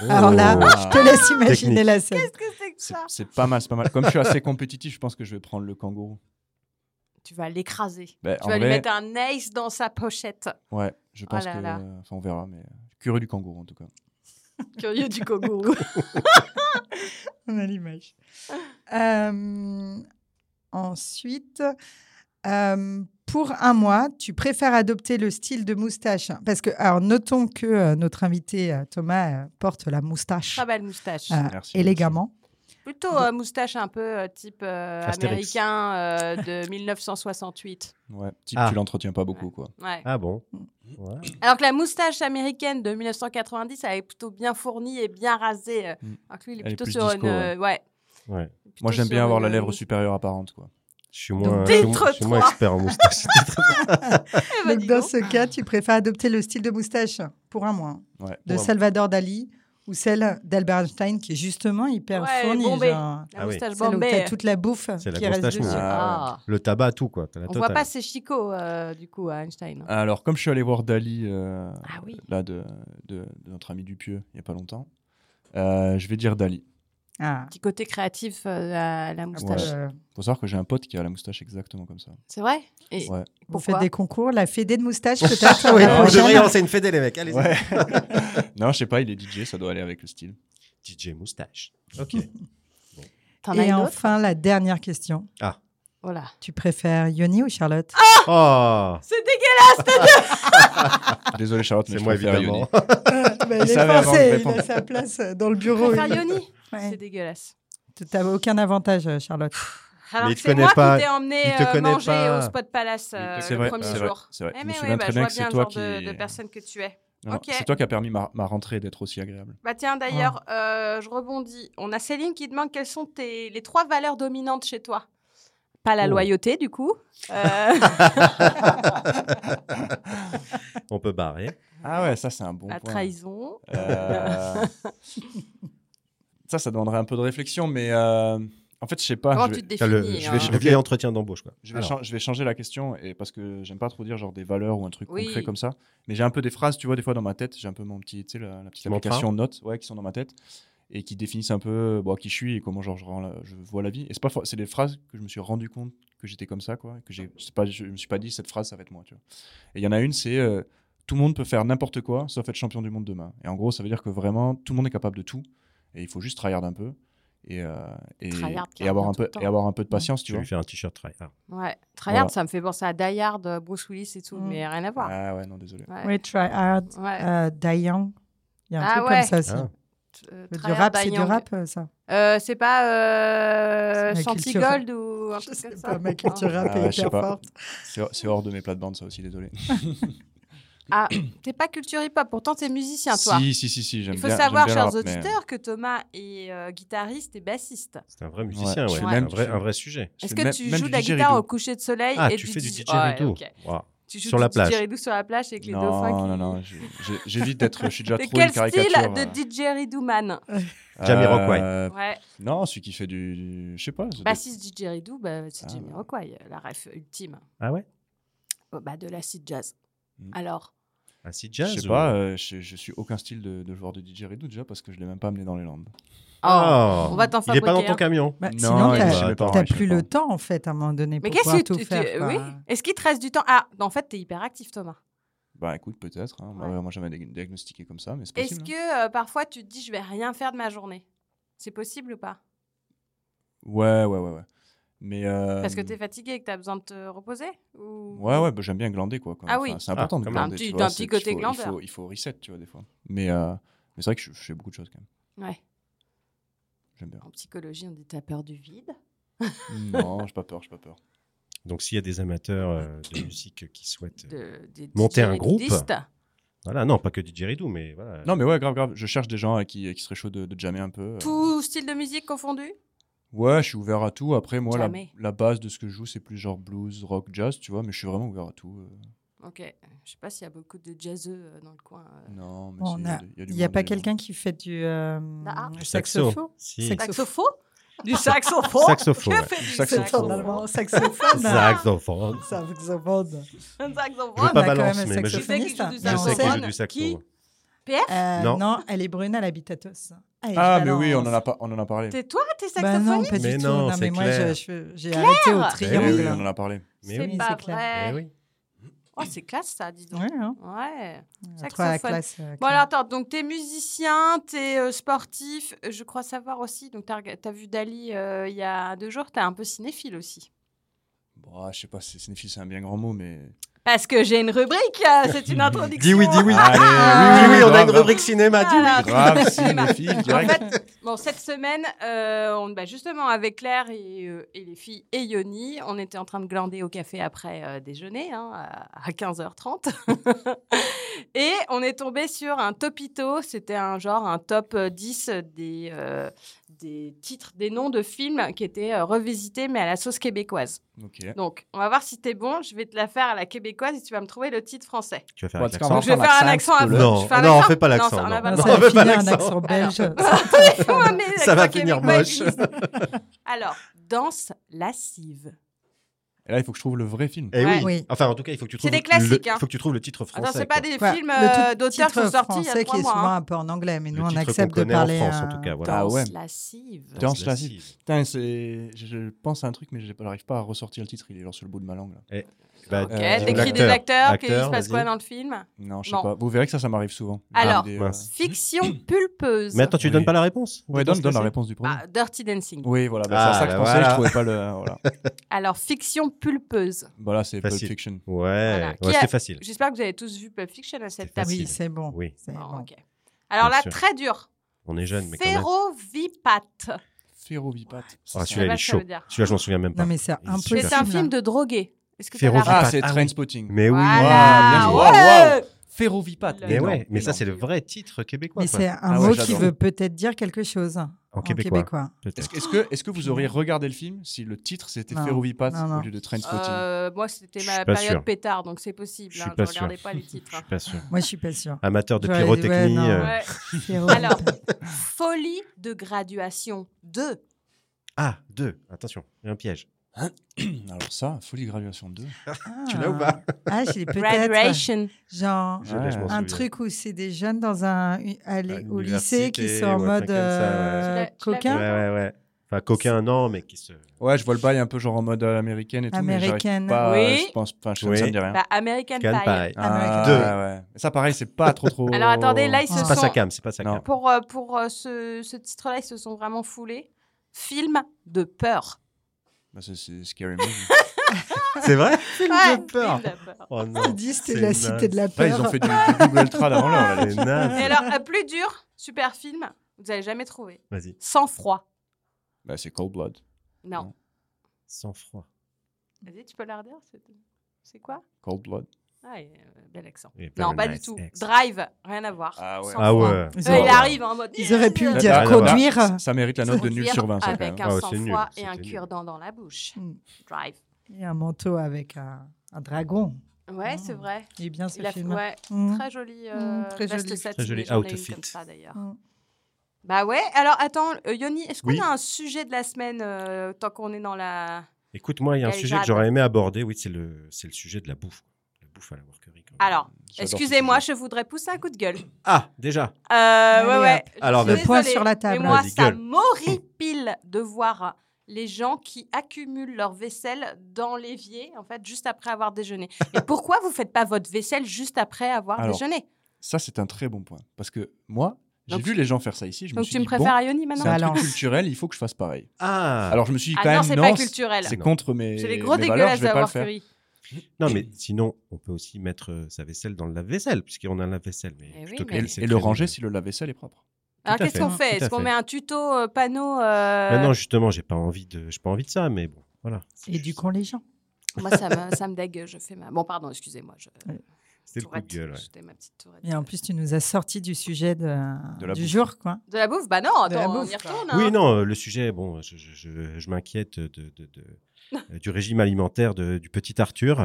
Alors là, Oh. je te laisse imaginer Technique. la (laughs) scène. Qu'est-ce que c'est que C'est- ça C'est pas mal, c'est pas mal. Comme je suis assez compétitif, je pense que je vais prendre le kangourou. Tu vas l'écraser. Bah, Tu en vas lui vrai- mettre un ace dans sa pochette. (laughs) Ouais, je pense là que. là. Enfin, on verra, mais. Curieux du kangourou, en tout cas. Curieux du (laughs) kangourou. (laughs) On a l'image. Euh, ensuite, euh, pour un mois, tu préfères adopter le style de moustache Parce que, alors, notons que euh, notre invité euh, Thomas euh, porte la (laughs) moustache Ah bah, Très belle moustache. euh, Merci. élégamment. Plutôt euh, moustache un peu euh, type euh, Astérix. américain euh, (laughs) de 1968. Ouais, type, Ah. tu l'entretiens pas beaucoup, quoi. Ouais. Ah bon Ouais. Alors que la moustache américaine de 1990, elle est plutôt bien fournie et bien rasée. euh, Mm. Alors que lui, il est Elle est plutôt plus sur disco, une. euh, ouais. ouais. Ouais. Moi, Plutôt j'aime bien sur avoir une- la lèvre supérieure apparente, quoi. Je suis moins, Donc, je suis moins- titre je suis moins trois. expert en moustache. (laughs) Eh ben, Donc, dis dans donc. ce cas, tu préfères adopter le style de moustache pour un mois Ouais. de Salvador Dali ou celle d'Albert Einstein qui est justement hyper Ouais, elle est fournie. bombée. genre, La Ah oui. moustache celle où bombée. t'as toute la bouffe C'est la qui reste moustache dessus. mousse. Ah. le tabac, tout quoi. T'as la On totale. voit pas ses chicots, euh, du coup, à Einstein. Alors, comme je suis allé voir Dali, euh, Ah oui. là, de, de- de notre ami Dupieux, il y a pas longtemps, euh, je vais dire Dali. Ah. Petit côté créatif, euh, la, la moustache. Ouais. Euh, Faut savoir que j'ai un pote qui a la moustache exactement comme ça. C'est vrai Et Ouais. vous Pourquoi faites des concours, la fédé de (laughs) moustache peut-être Euh, Ouais, la on prochaine. devrait lancer une fédé, les mecs. Allez, (laughs) Ouais. non, je sais pas, il est DJ, ça doit aller avec le style. DJ moustache. Ok. T'en as Et une autre enfin, la dernière question. Voilà. Tu préfères Yoni ou Charlotte Oh, C'est dégueulasse Désolé, Charlotte, mais c'est je moi préfère évidemment. Yoni. Bah, Il Il est savait avant de forcé, il a répondre. sa place euh, dans le Je bureau. préfère il- Yoni. Ouais. C'est dégueulasse. Tu n'as aucun avantage, euh, Charlotte. Alors Mais il que te c'est connaît moi pas, qui t'ai emmené il te euh, connaît manger pas. au Spot Palace euh, C'est le vrai, premier c'est vrai, jour. c'est vrai. Eh Je me mais oui, souviens bah, très je bien vois que c'est bien le toi genre de, qui- de personne que tu es. Non, non, Ok. C'est toi qui a permis ma, ma rentrée d'être aussi agréable. Bah tiens, d'ailleurs, euh, je rebondis. On a Céline qui demande quelles sont tes, les trois valeurs dominantes chez toi. Pas la Oh. loyauté, du coup. Euh, On peut barrer. Ah ouais, ça c'est un bon la point. trahison. Euh, (laughs) ça, ça demanderait un peu de réflexion, mais euh, en fait, je sais pas. Comment je vais- tu te T'as définis le, je vais, hein ch- le Ok. vieil entretien d'embauche quoi. Je vais, Alors, chan- je vais changer la question et parce que j'aime pas trop dire genre des valeurs ou un truc Oui. concret comme ça. Mais j'ai un peu des phrases, tu vois, des fois dans ma tête, j'ai un peu mon petit, tu sais, la, la petite Mantra. application de notes, ouais, qui sont dans ma tête et qui définissent un peu euh, bon, qui je suis et comment genre je, rends la- je vois la vie. Et c'est pas, for- c'est des phrases que je me suis rendu compte que j'étais comme ça, quoi, et que j'ai, je sais pas, je me suis pas dit cette phrase ça va être moi, tu vois. Et il y en a une, c'est euh, tout le monde peut faire n'importe quoi, sauf être champion du monde demain. Et en gros, ça veut dire que vraiment tout le monde est capable de tout et il faut juste tryhard un peu. Et, euh, et, Tryhard, et avoir tryhard un tout le peu temps. et avoir un peu de patience tu je vais vois lui faire un t-shirt try. Ah. Ouais. Tryhard, Voilà. ça me fait penser à Die Hard, euh, Bruce Willis et tout, Mm. mais rien à voir. ah ouais non désolé Ouais. Oui, try hard, Ouais. euh, die young. Il y a un Ah truc ouais. comme ça aussi. Ah. Euh, Le Du tryhard, rap, die c'est du young. rap, euh, ça. Euh, c'est pas euh, C'est ma Santi culture. Gold ou un Je truc sais comme ça pas, ma culture Non. rap Ah est ouais, je sais hyper pas. forte. C'est c'est hors de mes plates-bandes, ça aussi, désolé. Ah, (clears throat) t'es pas culture hip-hop, pourtant t'es musicien, toi. Si, si, si, si j'aime Il faut bien- savoir, j'aime bien chers le rap, mais- auditeurs, que Thomas est euh, guitariste et bassiste. C'est un vrai musicien, Je ouais. suis Un, même- vrai, je- un vrai sujet. je Est-ce fais que même- tu même joues du de la didgeridoo. guitare au coucher de soleil Ah, et tu du fais du didge- DJ Ouais, tout. ok. Tu joues Sur du la plage. didgeridoo sur la plage avec les non, deux fois qui... Non, non, je- je- j'évite d'être. Je suis (laughs) déjà De trop quel une caricature. style de didgeridoo man euh, Jamiroquai. euh, Ouais, Non, celui qui fait du. du- Je sais pas. c'est des- bassiste didgeridoo, bah, c'est Ah, Jimmy ouais. Rockway, la ref ultime. Ah ouais Oh, bah, de l'acid jazz. Mm. Alors, Acid Je Ah, jazz sais ou- pas, euh, je, je suis aucun style de, de joueur de didgeridoo déjà parce que je l'ai même pas amené dans les Landes. oh, Oh. on va t'en Il est fabriquer pas dans ton un. camion. Bah, Non, sinon, il est t'as chez mes parents, t'as il est chez plus mes le parents. temps, en fait, à un moment donné, Mais pour qu'est-ce pouvoir que tout tu- tu- faire. quoi. oui. Est-ce qu'il te reste du temps Ah, en fait, t'es hyper actif, Thomas. Bah écoute, peut-être. Hein, Ouais. Moi, moi, jamais dé- diagnostiqué comme ça, mais c'est Est-ce possible. hein. que euh, parfois tu te dis je vais rien faire de ma journée C'est possible ou pas Ouais, ouais, ouais, ouais. Mais. euh, Parce que t'es fatigué et que t'as besoin de te reposer ou... Ouais, ouais, bah, j'aime bien glander, quoi. quand- Ah enfin, oui. C'est important Ah, de quand même. glander. Un petit- tu vois, d'un c'est- petit côté il faut- glandeur. Il faut, il faut reset, tu vois, des fois. Mais, euh, mais c'est vrai que je, je fais beaucoup de choses, quand même. Ouais. (laughs) J'aime bien. En psychologie, on dit t'as peur du vide. non, j'ai pas peur, j'ai pas peur. Donc s'il y a des amateurs euh, de musique qui souhaitent, De, des Monter un groupe. didgeridoudistes. Euh. voilà, non, pas que du Didgeridoo, mais voilà. Non, mais ouais, grave, grave. Je cherche des gens à qui, à qui seraient chauds de, de jammer un peu. euh. Tout style de musique confondu Ouais, je suis ouvert à tout. Après, moi, la, Jamais. la base de ce que je joue, c'est plus genre blues, rock, jazz, tu vois, mais je suis vraiment ouvert à tout. euh. Ok. Je sais pas s'il y a beaucoup de jazzeux euh, dans le coin. euh. Non, mais On si, a- y a, du Il n'y a monde, pas du monde. quelqu'un qui fait du euh, harpe. Du saxophone Si. Sax- Saxophone Bah, ah. Du saxophone Saxophone, (laughs) Je (laughs) ouais. fais du Saxophone. en saxophone. allemand, saxophone. Saxophone. Saxophone. Un Je veux saxophone. pas on a quand balance, même un mais, mais je, Tu sais qui saxophoniste. joue du Je je sais saxophone qu'il joue du Qui saxophone. Euh, Non. non. elle est brune à l'habitatos. Ah, mais oui, on en a, pas, on en a parlé. T'es toi, t'es Bah non, saxophoniste pas Mais du non, tout. Non, c'est mais moi, clair. je- je- j'ai arrêté au Eh oui, oui, triangle. on en a parlé. Mais C'est oui. oui, pas vrai. clair. Mais Eh oui. Oh, c'est classe ça, dis donc. Ouais, hein. Ouais. Entre la Saxophone. classe. euh, Bon alors attends, donc t'es musicien, t'es es sportif, euh, je crois savoir aussi, donc t'as rega- t'as vu Dali euh, il y a deux jours, t'es un peu cinéphile aussi. Bah, Bon, ah, je sais pas, c'est- cinéphile, c'est un bien grand mot, mais Parce que j'ai une rubrique, euh, (laughs) c'est une introduction. Dis oui, dis oui. Allez, Oui, oui, oui, on a grave, une rubrique cinéma, dis oui. Ah. Voilà. (laughs) Grave, (laughs) cinéphile, En direct. fait, bon, cette semaine, euh, on, bah, justement avec Claire et, euh, et les filles et Yoni, on était en train de glander au café après euh, déjeuner hein, à, à 15h30. (laughs) et on est tombé sur un topito, c'était un genre un top euh, 10 des, euh, des titres, des noms de films qui étaient euh, revisités mais à la sauce québécoise. Ok. Donc, on va voir si t'es bon, je vais te la faire à la québécoise et tu vas me trouver le titre français. Tu vas faire Bon, avec en tout cas, l'accent. Donc, je vais faire un accent à fond. Enfin, l'accent, c'est le- Non, Je fais un non, on accent fait pas l'accent, Non, ça, on non, n'a pas non, le on droit. ça veut va pas finir un l'accent. accent belge. Oh, Ouais, mais Ça l'accent va finir québécois moche. existe. Alors, danse lascive. Et là, il faut que je trouve le vrai film. Eh Ouais. oui. Oui. Enfin, en tout cas, il faut que tu C'est trouves. des classiques, le- hein. faut que tu trouves le titre français. Attends, c'est pas quoi. des Voilà, films le tout- euh, d'auteurs qui titre sont sortis il y a français trois qui est mois. souvent hein. un peu en anglais, mais Le nous on titre accepte qu'on de connaît en parler. France, en euh, tout cas, voilà. Ah Danse ouais. lascive. Danse la lascive. cive. Putain, c'est. Je, je pense à un truc, mais je n'arrive pas à ressortir le titre. Il est genre sur le bout de ma langue. Là. Bah, Ok, Euh, décris des l'acteur. acteurs, qu'il Acteur, se passe quoi vas-y. dans le film Non, je sais Bon. pas. Vous verrez que ça, ça m'arrive souvent. Alors. Des, Mince. Fiction (clears throat) pulpeuse. Mais attends, tu Oui. donnes pas la réponse Ouais, Dis-moi donne, ce que donne la c'est. réponse du premier. Ah, Dirty Dancing. Oui, voilà, bah, c'est Ah, à ça que je bah pensais, voilà. je trouvais (laughs) pas le. Voilà, Alors, fiction pulpeuse. voilà c'est Pulp Facile. Fiction. Voilà. Ouais, Qui ouais, a- c'était facile. J'espère que vous avez tous vu Pulp Fiction à cette C'est table. facile. Oui, c'est bon. Oui, c'est Bon, bon. ok. Alors Bien là, sûr. très dur. on est jeune, mais quand même. Ferrovipate. Ferrovipat. Ah, Je sais celui-là, il pas est ce que ça chaud. veut dire. Celui-là, je m'en souviens même Non, pas. mais c'est Il est impossible. super. C'est un film de drogué. Est-ce que t'as la Ferrovipat. ref Ah, c'est Ah oui. Trainspotting. Mais oui. Voilà. Ah, ouais. bien joué. Ouais. Waouh, Ferrovipat. Mais Mais énorme, ouais, mais ça, énorme. c'est le vrai titre québécois. Mais quoi. c'est un Ah ouais, mot qui j'adore. veut peut-être dire quelque chose en, En québécois. québécois. peut-être. Est-ce que, est-ce que, est-ce que vous auriez regardé le film si le titre c'était Non, non, Ferrovipat non. au lieu de Trainspotting Euh, moi, c'était Je suis ma pas période sûr. pétard, donc c'est possible. Je suis hein, pas je regardais sûr. pas les Je titres. (laughs) hein. suis pas sûr. Moi, je suis pas sûre. Amateur de J'aurais dit, pyrotechnie. ouais, non. euh, Ouais. (laughs) Ferro- Alors, folie de graduation 2. Ah, deux. Attention, il y a un piège. Alors ça, Folie Graduation 2. Tu l'as ou pas Ah, je l'ai peut-être. Graduation. Genre Je l'ai, je m'en un souviens. truc où c'est des jeunes dans un u- aller À au lycée qui l'université sont en ou un truc mode comme ça, euh, ouais. Tu l'as- tu l'as Ouais, coquin ouais, ouais. Enfin, coquin, non, mais qui se. Ouais, je vois le bail un peu genre en mode euh, américaine et tout. mais j'arrive Américaine. pas, Oui. Je pense, enfin, je Oui. ça me dit rien. Bah, American Ah. Cannes, Pie. pareil. Ah, Deux. ouais. Ça, pareil, c'est pas trop trop. Alors attendez, là ils se C'est C'est pas sont sa cam, c'est pas sa Non. cam. pour euh, pour euh, ce, ce titre-là ils se sont vraiment foulés. Film de peur. Bah, c'est, c'est scary movie. (laughs) C'est vrai Ouais, Film de peur. film de peur. Oh Ils non. (laughs) disent C'est c'est la cité naze. de la Après, ils peur. ont fait du, du Google Ultra avant l'heure. là. C'est naze. Et alors euh, plus dur, super film, vous avez jamais trouvé. Vas-y. Sans froid. Bah, c'est Cold Blood. Non. Non. Sans froid. Vas-y, tu peux la redire. c'est- C'est quoi Cold Blood. Ah, il y a un bel accent. Et Non, pas Paradise du tout. Ex. Drive, rien à voir. Ah ouais. Sans Ah froid. ouais. Ils Euh, il auraient- arrive en mode. Ils auraient pu Yes. dire Ah, là, là, conduire. Ça, ça mérite la note de nul Conduire sur 20. Ça, quand Avec même. un Ah ouais, c'est sang-froid nul, et un c'était nul. cure-dent dans la bouche. Mm. Drive. Et un manteau avec un, un dragon. Ouais, Mm. c'est vrai. Il est bien ce Il a fait film. ouais, Mm. très joli Mm, euh, très veste joli. satinée, Très joli j'en ai une outfit. comme ça, d'ailleurs. Mm. Bah ouais, alors attends, euh, Yoni, est-ce qu'on Oui. a un sujet de la semaine euh, tant qu'on est dans la. Écoute, moi, il y a un Elle sujet que jade. j'aurais aimé aborder. Oui, c'est le, c'est le sujet de la bouffe. La bouffe à la workerie. quand même. Alors, J'adore ce excusez-moi, sujet. je voudrais pousser un coup de gueule. Ah, déjà. Euh, ouais, hop. ouais. je Alors, suis vas-y. désolée, Point sur la table. Mais moi, Vas-y, ça gueule. m'horripile de voir les gens qui accumulent leur vaisselle dans l'évier, en fait, juste après avoir déjeuné. Et pourquoi vous faites pas votre vaisselle juste après avoir Alors, déjeuné Ça, c'est un très bon point. Parce que moi, j'ai Donc- vu les gens faire ça ici. Je me Donc, suis tu me dit, bon, préfères à Yoni c'est maintenant un truc Balance. culturel, il faut que je fasse pareil. Ah. Alors, je me suis dit, Ah quand non, même, c'est pas c'est- culturel. c'est contre mes. C'est les gros mes valeurs, dégueulasses je vais pas le d'avoir faire. curry. Non, mais sinon, on peut aussi mettre euh, sa vaisselle dans le lave-vaisselle, puisqu'on a un lave-vaisselle. Mais Eh oui, plutôt que mais- de Et, laisser et le traîner. ranger si le lave-vaisselle est propre. Alors, Tout à qu'est-ce fait. qu'on fait Tout à Est-ce qu'on fait. met un tuto euh, panneau euh, Mais non, justement, j'ai pas envie de, j'ai pas envie de ça, mais bon, voilà. C'est Et du juste- con les gens. Moi, ça me, ça me dégue. Je fais ma. Bon, pardon, excusez-moi. Je... euh, c'était le coup de tourette, gueule. ouais. J'étais ma petite tourette. Et en plus, tu nous as sorti du sujet de, De la du bouffe. jour, quoi. De la bouffe Bah non, De la attends, on bouffe, y quoi. retourne. hein. Oui, non, euh, le sujet, bon, je, je- je- je m'inquiète de, de- de- euh, du régime alimentaire de- du petit Arthur,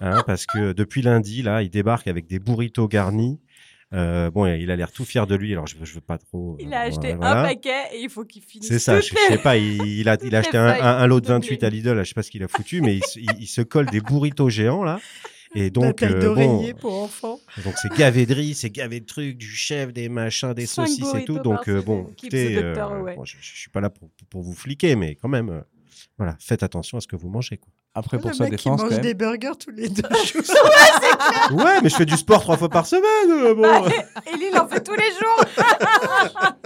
hein, parce que depuis lundi, là, il débarque avec des burritos garnis. Euh, bon, il a l'air tout fier de lui, alors je, je veux pas trop. Il euh, a acheté voilà. un paquet et il faut qu'il finisse. C'est ça, toutes je, les- je sais pas, il, il a, il a (laughs) Toutes acheté les un, feuilles, un- un lot de toutes les- 28 à Lidl, là, je sais pas ce qu'il a foutu, mais il, se- il- il se colle des burritos géants, là. Et donc, la taille euh, bon, d'oreiller pour enfants. donc c'est gavé de riz, c'est gavé de trucs, du chef, des machins, des Cinq saucisses et tout. burritos Donc euh, par bon, semaine, qui écoutez, pse Dr. euh, Away. bon, je, je suis pas là pour, pour vous fliquer, mais quand même, euh, voilà, faites attention à ce que vous mangez. Quoi. Après, pour Ah, Oh, le sa mec défense, qui quand mange même. des burgers tous les (laughs) deux jours. ouais, mais je fais du Bah, (laughs) sport trois fois par semaine. euh, bon. Et lui, il en fait tous les jours.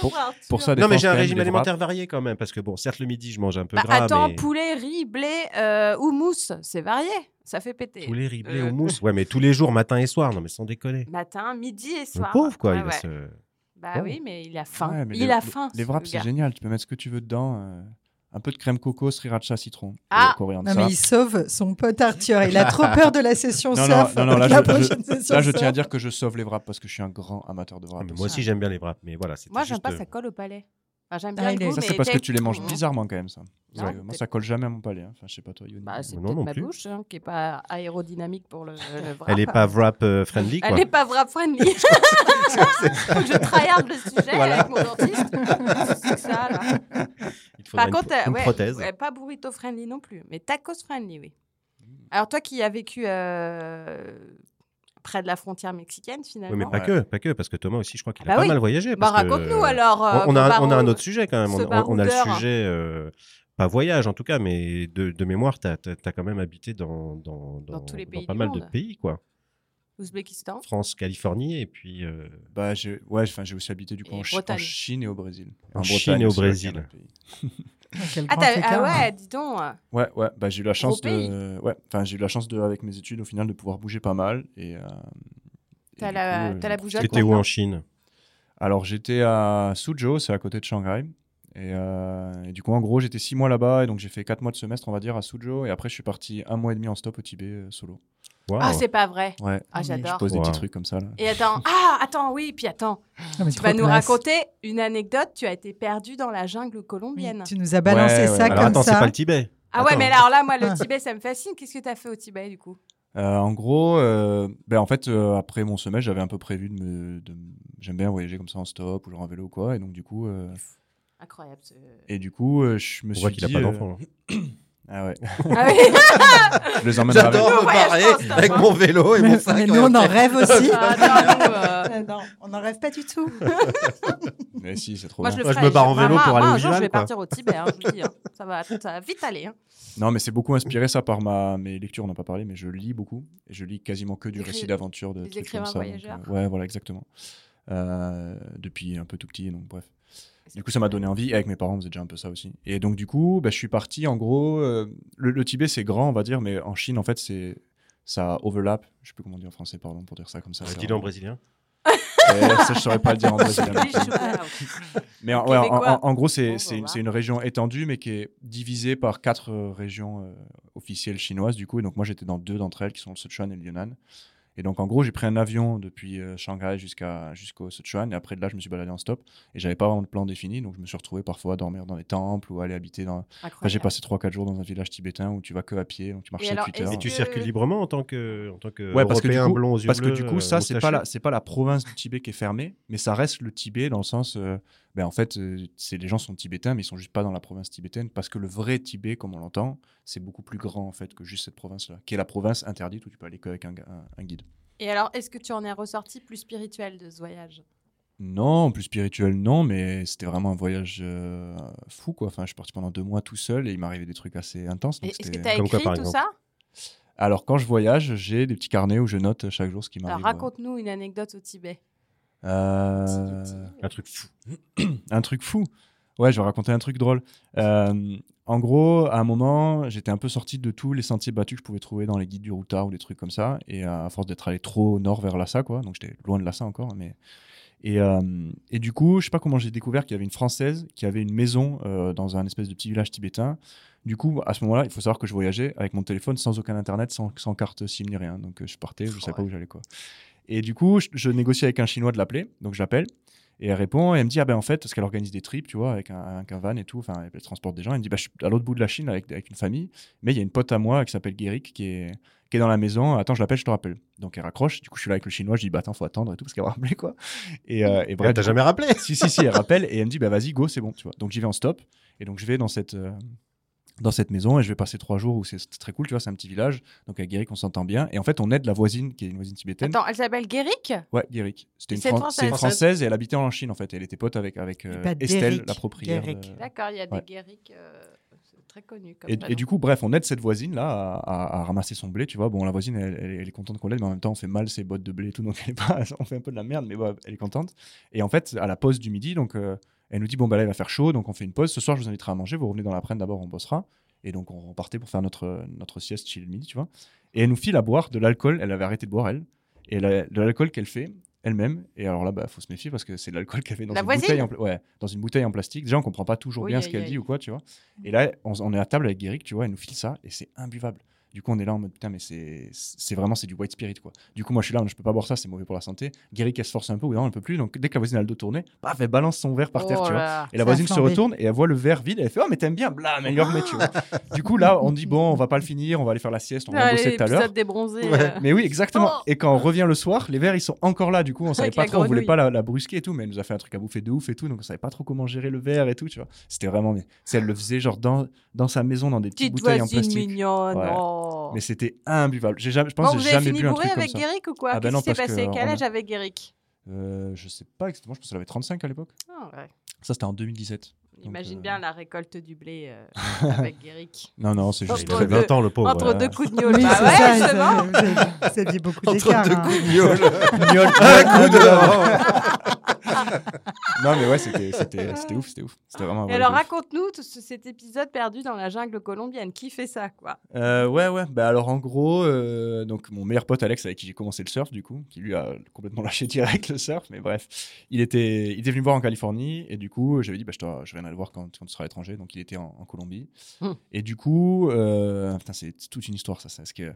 Pour- Pour (laughs) ça, des Non, mais fois, j'ai un quand même, régime les wraps- alimentaire varié quand même, parce que bon, certes, le midi, je mange un peu Bah, gras, attends, mais poulet, riz, blé, euh, houmous, c'est varié. Ça fait péter. poulet riblé Euh. au (laughs) mousse. Ouais, mais tous les jours, matin et soir, non, mais sans déconner. Matin, midi et Le soir. pauvre, quoi. Ouais, il va ouais. se- Bah Bon. oui, mais il a faim. Ouais, mais il les- a faim. Les ce wraps, c'est gars. génial. Tu peux mettre ce que tu veux dedans. euh, un peu de crème coco, sriracha, citron. et Ah coriandre. Non, Ça. mais il sauve son pote Arthur. Il a (laughs) trop peur de la session Non, non, surf. non, non, là, de la je- je- prochaine session Là, je surf. tiens à dire que je sauve les wraps parce que je suis un grand amateur de Ah, wraps. mais moi aussi, j'aime bien les wraps, mais voilà. c'était Moi, j'aime juste, pas, euh, ça colle au palais. Enfin, j'aime Ah, bien il le est- goût, Ça, c'est mais parce que t'es- tu les manges Mmh. bizarre-moi quand même, ça. Parce Ouais. que Moi, ça colle jamais à mon palais. hein. Enfin, je sais pas, toi, Yoni. Bah, c'est Non, peut-être non ma plus. bouche hein, qui est pas aérodynamique pour le, le wrap. Elle est pas wrap euh, friendly, Elle quoi. n'est pas (laughs) wrap friendly. Faut que je tryharde le sujet Voilà. avec mon dentiste. c'est ça, là. Il te faudra Par une contre, pro- euh, une ouais, prothèse. ouais, pas burrito friendly non plus, mais tacos friendly, oui. Alors toi qui as vécu euh, près de la frontière mexicaine Oui, finalement. mais pas Ouais. que, pas que, parce que Thomas aussi, je crois qu'il a Ah euh bah pas oui. mal voyagé. Bah, parce que- raconte-nous alors. euh, on, on a, Barbaro. on a un autre sujet quand même. ce On, on- on a le baroudeur. sujet, euh, pas voyage en tout cas, mais de, de mémoire, tu as, quand même habité dans, dans, dans, tous les dans pays pas du mal de monde. pays, quoi. Ouzbékistan. France, Californie, et puis euh, Bah, j'ai ouais, enfin, j'ai aussi habité du coup Et en, Chi- en Bretagne. Chine et au Brésil. En Bretagne, Chine et au c'est vrai qu'il y Brésil. a d'autres pays. Quel Ah, grand t'as- ah écart. ouais, dis donc. euh, Ouais, ouais, bah, j'ai eu la chance pays. de. Ouais, enfin, j'ai eu la chance de, avec mes études, au final, de pouvoir bouger pas mal. Et. euh, et T'as du la- coup, t'as la euh, j'en bougeotte, profite. t'étais où en Chine Alors, j'étais à Suzhou, c'est à côté de Shanghai. Et, euh, et du coup, en gros, j'étais six mois là-bas et donc j'ai fait quatre mois de semestre, on va dire, à Suzhou. Et après, je suis parti un mois et demi en stop au Tibet euh, solo. Waouh. Ah, c'est pas vrai. Ouais, Ah, Mais je je j'adore. pose des Wow. petits trucs comme ça. Là. (laughs) Et attends, ah, attends, oui, puis attends. Non, mais Tu trop vas nous classe. raconter une anecdote. Tu as été perdu dans la jungle Oui, colombienne. Tu nous as balancé Ouais, ça ouais. comme Alors attends, c'est ça. pas le Tibet. Ah ouais, Attends. mais alors là, moi, le Tibet, ça me fascine. Qu'est-ce que t'as fait au Tibet du coup Euh, en gros, euh, ben, en fait, euh, après mon semestre, j'avais un peu prévu de me. de me- J'aime bien voyager comme ça en stop ou genre en vélo ou quoi. Et donc, du coup, euh, Incroyable. ce- et du coup euh, je me On suis voit qu'il a dit, pas euh, d'enfant. hein. Ah ouais, Ah oui. (laughs) je les emmène avec Le voyage constant, hein. vélo Mais, mais euh, nous, on en rêve aussi. Ah, non, nous, euh, Euh, non, on n'en rêve pas du tout. Mais si, c'est trop Moi, je bien. le Moi, je ferai. me barre en vélo moi, pour moi, aller au un jour, Gival, je vais quoi. partir au Tibet. hein, je vous le dis, hein. ça, va, ça va vite aller. Hein. Non, mais c'est beaucoup inspiré ça par ma... mes lectures, on n'a pas parlé, mais je lis beaucoup. Et je lis quasiment que du Écri- récit d'aventure, de des trucs écrivains comme ça. donc, voyageurs. euh, ouais, voilà, exactement. Euh, depuis un peu tout petit, donc bref. Du coup, ça m'a donné envie. Et avec mes parents, on faisait déjà un peu ça aussi. Et donc, du coup, bah, je suis parti. En gros, euh, le, le Tibet, c'est grand, on va dire, mais en Chine, en fait, c'est ça overlap. Je sais plus comment dire en français, pardon, pour dire ça comme ça. c'est Dis-le en hein. vraiment- brésilien. Euh, ça, je saurais pas (laughs) le dire en brésilien. (laughs) Oui, je suis là. Mais en, ouais, en- Québécois. en- en gros, Bon, c'est c'est une, voilà. c'est une région étendue, mais qui est divisée par quatre euh, régions euh, officielles chinoises, du coup. Et donc, moi, j'étais dans deux d'entre elles, qui sont le Sichuan et le Yunnan. Et donc, en gros, j'ai pris un avion depuis euh, Shanghai jusqu'à jusqu'au Sichuan. Et après, de là, je me suis baladé en stop. Et j'avais pas vraiment de plan défini. Donc, je me suis retrouvé parfois à dormir dans les temples ou à aller habiter dans. Enfin, j'ai Incroyable. passé 3-4 jours dans un village tibétain où tu vas que à pied, donc tu marches Et alors, 7-8 est-ce heures. Et tu que- circules librement en tant que, en tant que Ouais, parce que du Européen coup- blond aux yeux Parce que bleus, du euh, coup, ça, c'est pas, moustachu. la, c'est pas la province du Tibet qui est fermée, mais ça reste le Tibet dans le sens. euh, ben, en fait, euh, c'est les gens sont tibétains, mais ils sont juste pas dans la province tibétaine, parce que le vrai Tibet, comme on l'entend, c'est beaucoup plus grand en fait que juste cette province-là, qui est la province interdite où tu peux aller qu'avec un, ga- un- un guide. Et alors, est-ce que tu en es ressorti plus spirituel de ce voyage Non, plus spirituel, non, mais c'était vraiment un voyage euh, fou, quoi. Enfin, je suis parti pendant deux mois tout seul et il m'arrivait des trucs assez intenses. Et donc Est-ce que c'était- tu as Comme écrit quoi, par tout exemple ça Alors, quand je voyage, j'ai des petits carnets où je note chaque jour ce qui Alors, m'arrive. raconte-nous une anecdote au Tibet. Euh, Un truc fou. un truc fou. Ouais, je vais raconter un truc drôle. Euh, en gros, à un moment, j'étais un peu sorti de tous les sentiers battus que je pouvais trouver dans les guides du routard ou des trucs comme ça. Et euh, à force d'être allé trop au nord vers Lhasa, quoi. Donc j'étais loin de Lhasa encore. hein, Mais... Et, euh, et du coup, je sais pas comment j'ai découvert qu'il y avait une Française qui avait une maison euh, dans un espèce de petit village tibétain. Du coup, à ce moment-là, il faut savoir que je voyageais avec mon téléphone sans aucun internet, sans, sans carte SIM ni rien. Donc euh, je partais, je savais pas où j'allais, quoi. Et du coup, je, je négocie avec un Chinois de l'appeler. Donc je l'appelle. Et elle répond, et elle me dit, ah ben en fait, parce qu'elle organise des trips, tu vois, avec un, avec un van et tout, enfin, elle transporte des gens. Elle me dit, bah, je suis à l'autre bout de la Chine avec, avec une famille, mais il y a une pote à moi qui s'appelle Guéric qui est, qui est dans la maison. Attends, je l'appelle, je te rappelle. Donc elle raccroche, du coup, je suis là avec le chinois, je dis, bah attends, faut attendre et tout, parce qu'elle va rappeler quoi. Et, euh, et bref, T'as jamais rappelé si, si, si, elle rappelle et elle me dit, bah vas-y, go, c'est bon, tu vois. Donc j'y vais en stop. Et donc je vais dans cette, euh, dans cette maison et je vais passer trois jours où c'est c'est très cool, tu vois, c'est un petit village. Donc avec Guéric, on s'entend bien. Et en fait, on aide la voisine, qui est une voisine tibétaine. Attends, elle s'appelle Guéric Ouais, Guéric. C'était une, C'est Fran- française. c'est une française et elle habitait en Chine en fait. Elle était pote avec, avec euh, pas Estelle, d'Éric, la propriétaire. d'Éric. de- D'accord, il y a des Ouais. Guéric. euh, c'est très connu. Comme Et, prénom. et du coup, bref, on aide cette voisine-là à, à- à ramasser son blé, tu vois. Bon, la voisine, elle, elle- elle est contente qu'on l'aide, mais en même temps, on fait mal ses bottes de blé et tout, donc elle (laughs) est pas- on fait un peu de la merde, mais bon, elle est contente. Et en fait, à la pause du midi, donc, euh, elle nous dit, bon, bah là, il va faire chaud, donc on fait une pause. Ce soir, je vous inviterai à manger, vous revenez dans l'après-midi, d'abord, on bossera. Et donc, on repartait pour faire notre, notre sieste chez le midi, tu vois. Et elle nous file à boire de l'alcool, elle avait arrêté de boire, elle. Et la- de l'alcool qu'elle fait elle-même. Et alors là, bah, faut se méfier parce que c'est de l'alcool qu'elle fait dans La une voisine bouteille en pla- ouais, dans une bouteille en plastique. Déjà, on comprend pas toujours Oui, bien ce aïe, qu'elle aïe. Mm. dit ou quoi, tu vois. Et là, on, on est à table avec Guéric, tu vois, elle nous file ça et c'est imbuvable. Du coup, on est là en mode putain, mais c'est c'est vraiment c'est du white spirit quoi. Du coup, moi je suis là, je peux pas boire ça, c'est mauvais pour la santé. Guéric, elle se force un peu, oui, non, elle peut plus. Donc, dès que la voisine a le dos tourné, paf, elle balance son verre par terre, Oh tu vois. là. Et la Ça a voisine se flambé. retourne et elle voit le verre vide. Elle fait Oh, mais t'aimes bien, bla, mais elle lui remet, tu (laughs) vois. Du coup, là, on dit Bon, on va pas le finir, on va aller faire la sieste, on va Ah, bosser tout à l'heure. l'épisode des bronzés. Ouais. euh, Mais oui, exactement. Oh. Et quand on revient le soir, les verres, ils sont encore là. Du coup, on savait Avec pas la trop, on voulait grenouille. pas la, la brusquer et tout, mais elle nous a fait un truc à bouffer de ouf et tout, donc on savait pas trop comment gérer le verre et tout, tu vois. C'était vraiment. Mais, c'est- elle le faisait genre dans, dans sa maison, dans des petites Petite bouteilles en voisine plastique. mignonne. Ouais. oh. Mais c'était imbuvable. J'ai jamais, je pense Bon, que vous j'ai avez jamais fini bu un bourré truc avec hein comme ça. Guéric ou quoi Ah bah non, Qu'est-ce qui s'est parce que passé Quel on a- âge avec Guéric Euh, je sais pas exactement, je pense qu'elle avait 35 à l'époque. Ah, ouais. Ça, c'était en 2017. On imagine euh, bien la récolte du blé (laughs) euh, avec Guéric. Non, non, c'est Entre juste. Il avait deux- 20 ans, le Oh, pauvre. Entre deux coups de gnôle. Oui, bah c'est ouais, ça, justement. ça, ça- ça dit beaucoup d'écart. Entre deux hein. coups de (laughs) guignol. Guignol, Un un coup de l'avant. Non, mais ouais, c'était c'était- c'était ouf, c'était ouf. C'était vraiment un Et vrai alors truc. raconte-nous tout ce- cet épisode perdu dans la jungle colombienne. Qui fait ça, quoi Euh, ouais, ouais. Bah, alors, en gros, euh, donc mon meilleur pote Alex, avec qui j'ai commencé le surf, du coup, qui lui a complètement (laughs) lâché direct le surf, mais bref, il était, il était venu me voir en Californie, et du coup, j'avais dit, bah, je, te- je vais aller le voir quand, quand tu seras à l'étranger, donc il était en, en Colombie. Hmm. Et du coup, euh, putain, c'est toute une histoire, ça. ça, Parce que,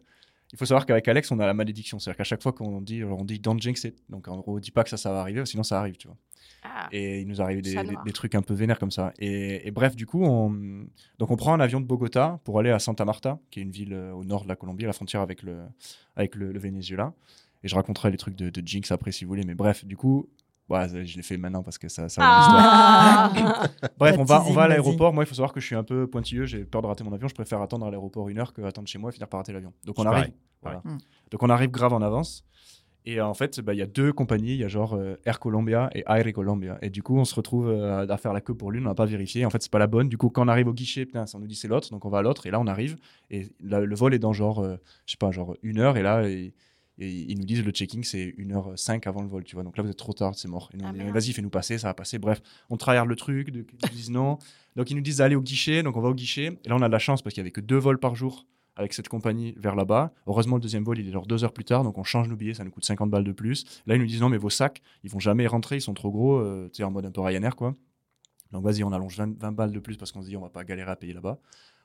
il faut savoir qu'avec Alex, on a la malédiction. C'est-à-dire qu'à chaque fois qu'on dit, on dit, don't jinx it. Donc, en gros, dis pas que ça, ça va arriver, sinon ça arrive, tu vois. Ah, Et il nous arrivait des, Chat des- noir. des trucs un peu vénères comme ça. Et, et bref, du coup, on, donc on prend un avion de Bogota pour aller à Santa Marta, qui est une ville euh, au nord de la Colombie, à la frontière avec le, avec le, le Venezuela. Et je raconterai les trucs de, de Jinx après si vous voulez. Mais bref, du coup, bah, je l'ai fait maintenant parce que ça, ça va dans l'histoire. Ah. Bref, La on va, on teasing, va à vas-y. l'aéroport. Moi, il faut savoir que je suis un peu pointilleux. J'ai peur de rater mon avion. Je préfère attendre à l'aéroport une heure que attendre chez moi et finir par rater l'avion. Donc on C'est arrive. pareil, voilà. pareil. Mm. Donc on arrive grave en avance. Et euh, en fait, bah, il y a deux compagnies. Il y a genre euh, Air Colombia et Aire Colombia. Et du coup, on se retrouve euh, à faire la queue pour l'une. On n'a pas vérifié. En fait, c'est pas la bonne. Du coup, quand on arrive au guichet, putain, ça nous dit c'est l'autre. Donc on va à l'autre. Et là, on arrive. Et là, le vol est dans genre, euh, je sais pas, genre une heure. Et là, et- et ils nous disent le checking c'est 1h05 avant le vol, tu vois. Donc là, vous êtes trop tard, c'est mort. Et nous, Ah, on dit, merde. vas-y, fais-nous passer, ça va passer. Bref, on travaille le truc, de- ils disent non. Donc ils nous disent d'aller au guichet, donc on va au guichet. Et là, on a de la chance parce qu'il n'y avait que deux vols par jour avec cette compagnie vers là-bas. Heureusement, le deuxième vol, il est genre deux heures plus tard, donc on change nos billets, ça nous coûte 50 balles de plus. Là, ils nous disent non, mais vos sacs, ils vont jamais rentrer, ils sont trop gros, euh, tu sais, en mode un peu Ryanair, quoi. Donc vas-y, on allonge 20, 20 balles de plus parce qu'on se dit on va pas galérer à payer là-bas.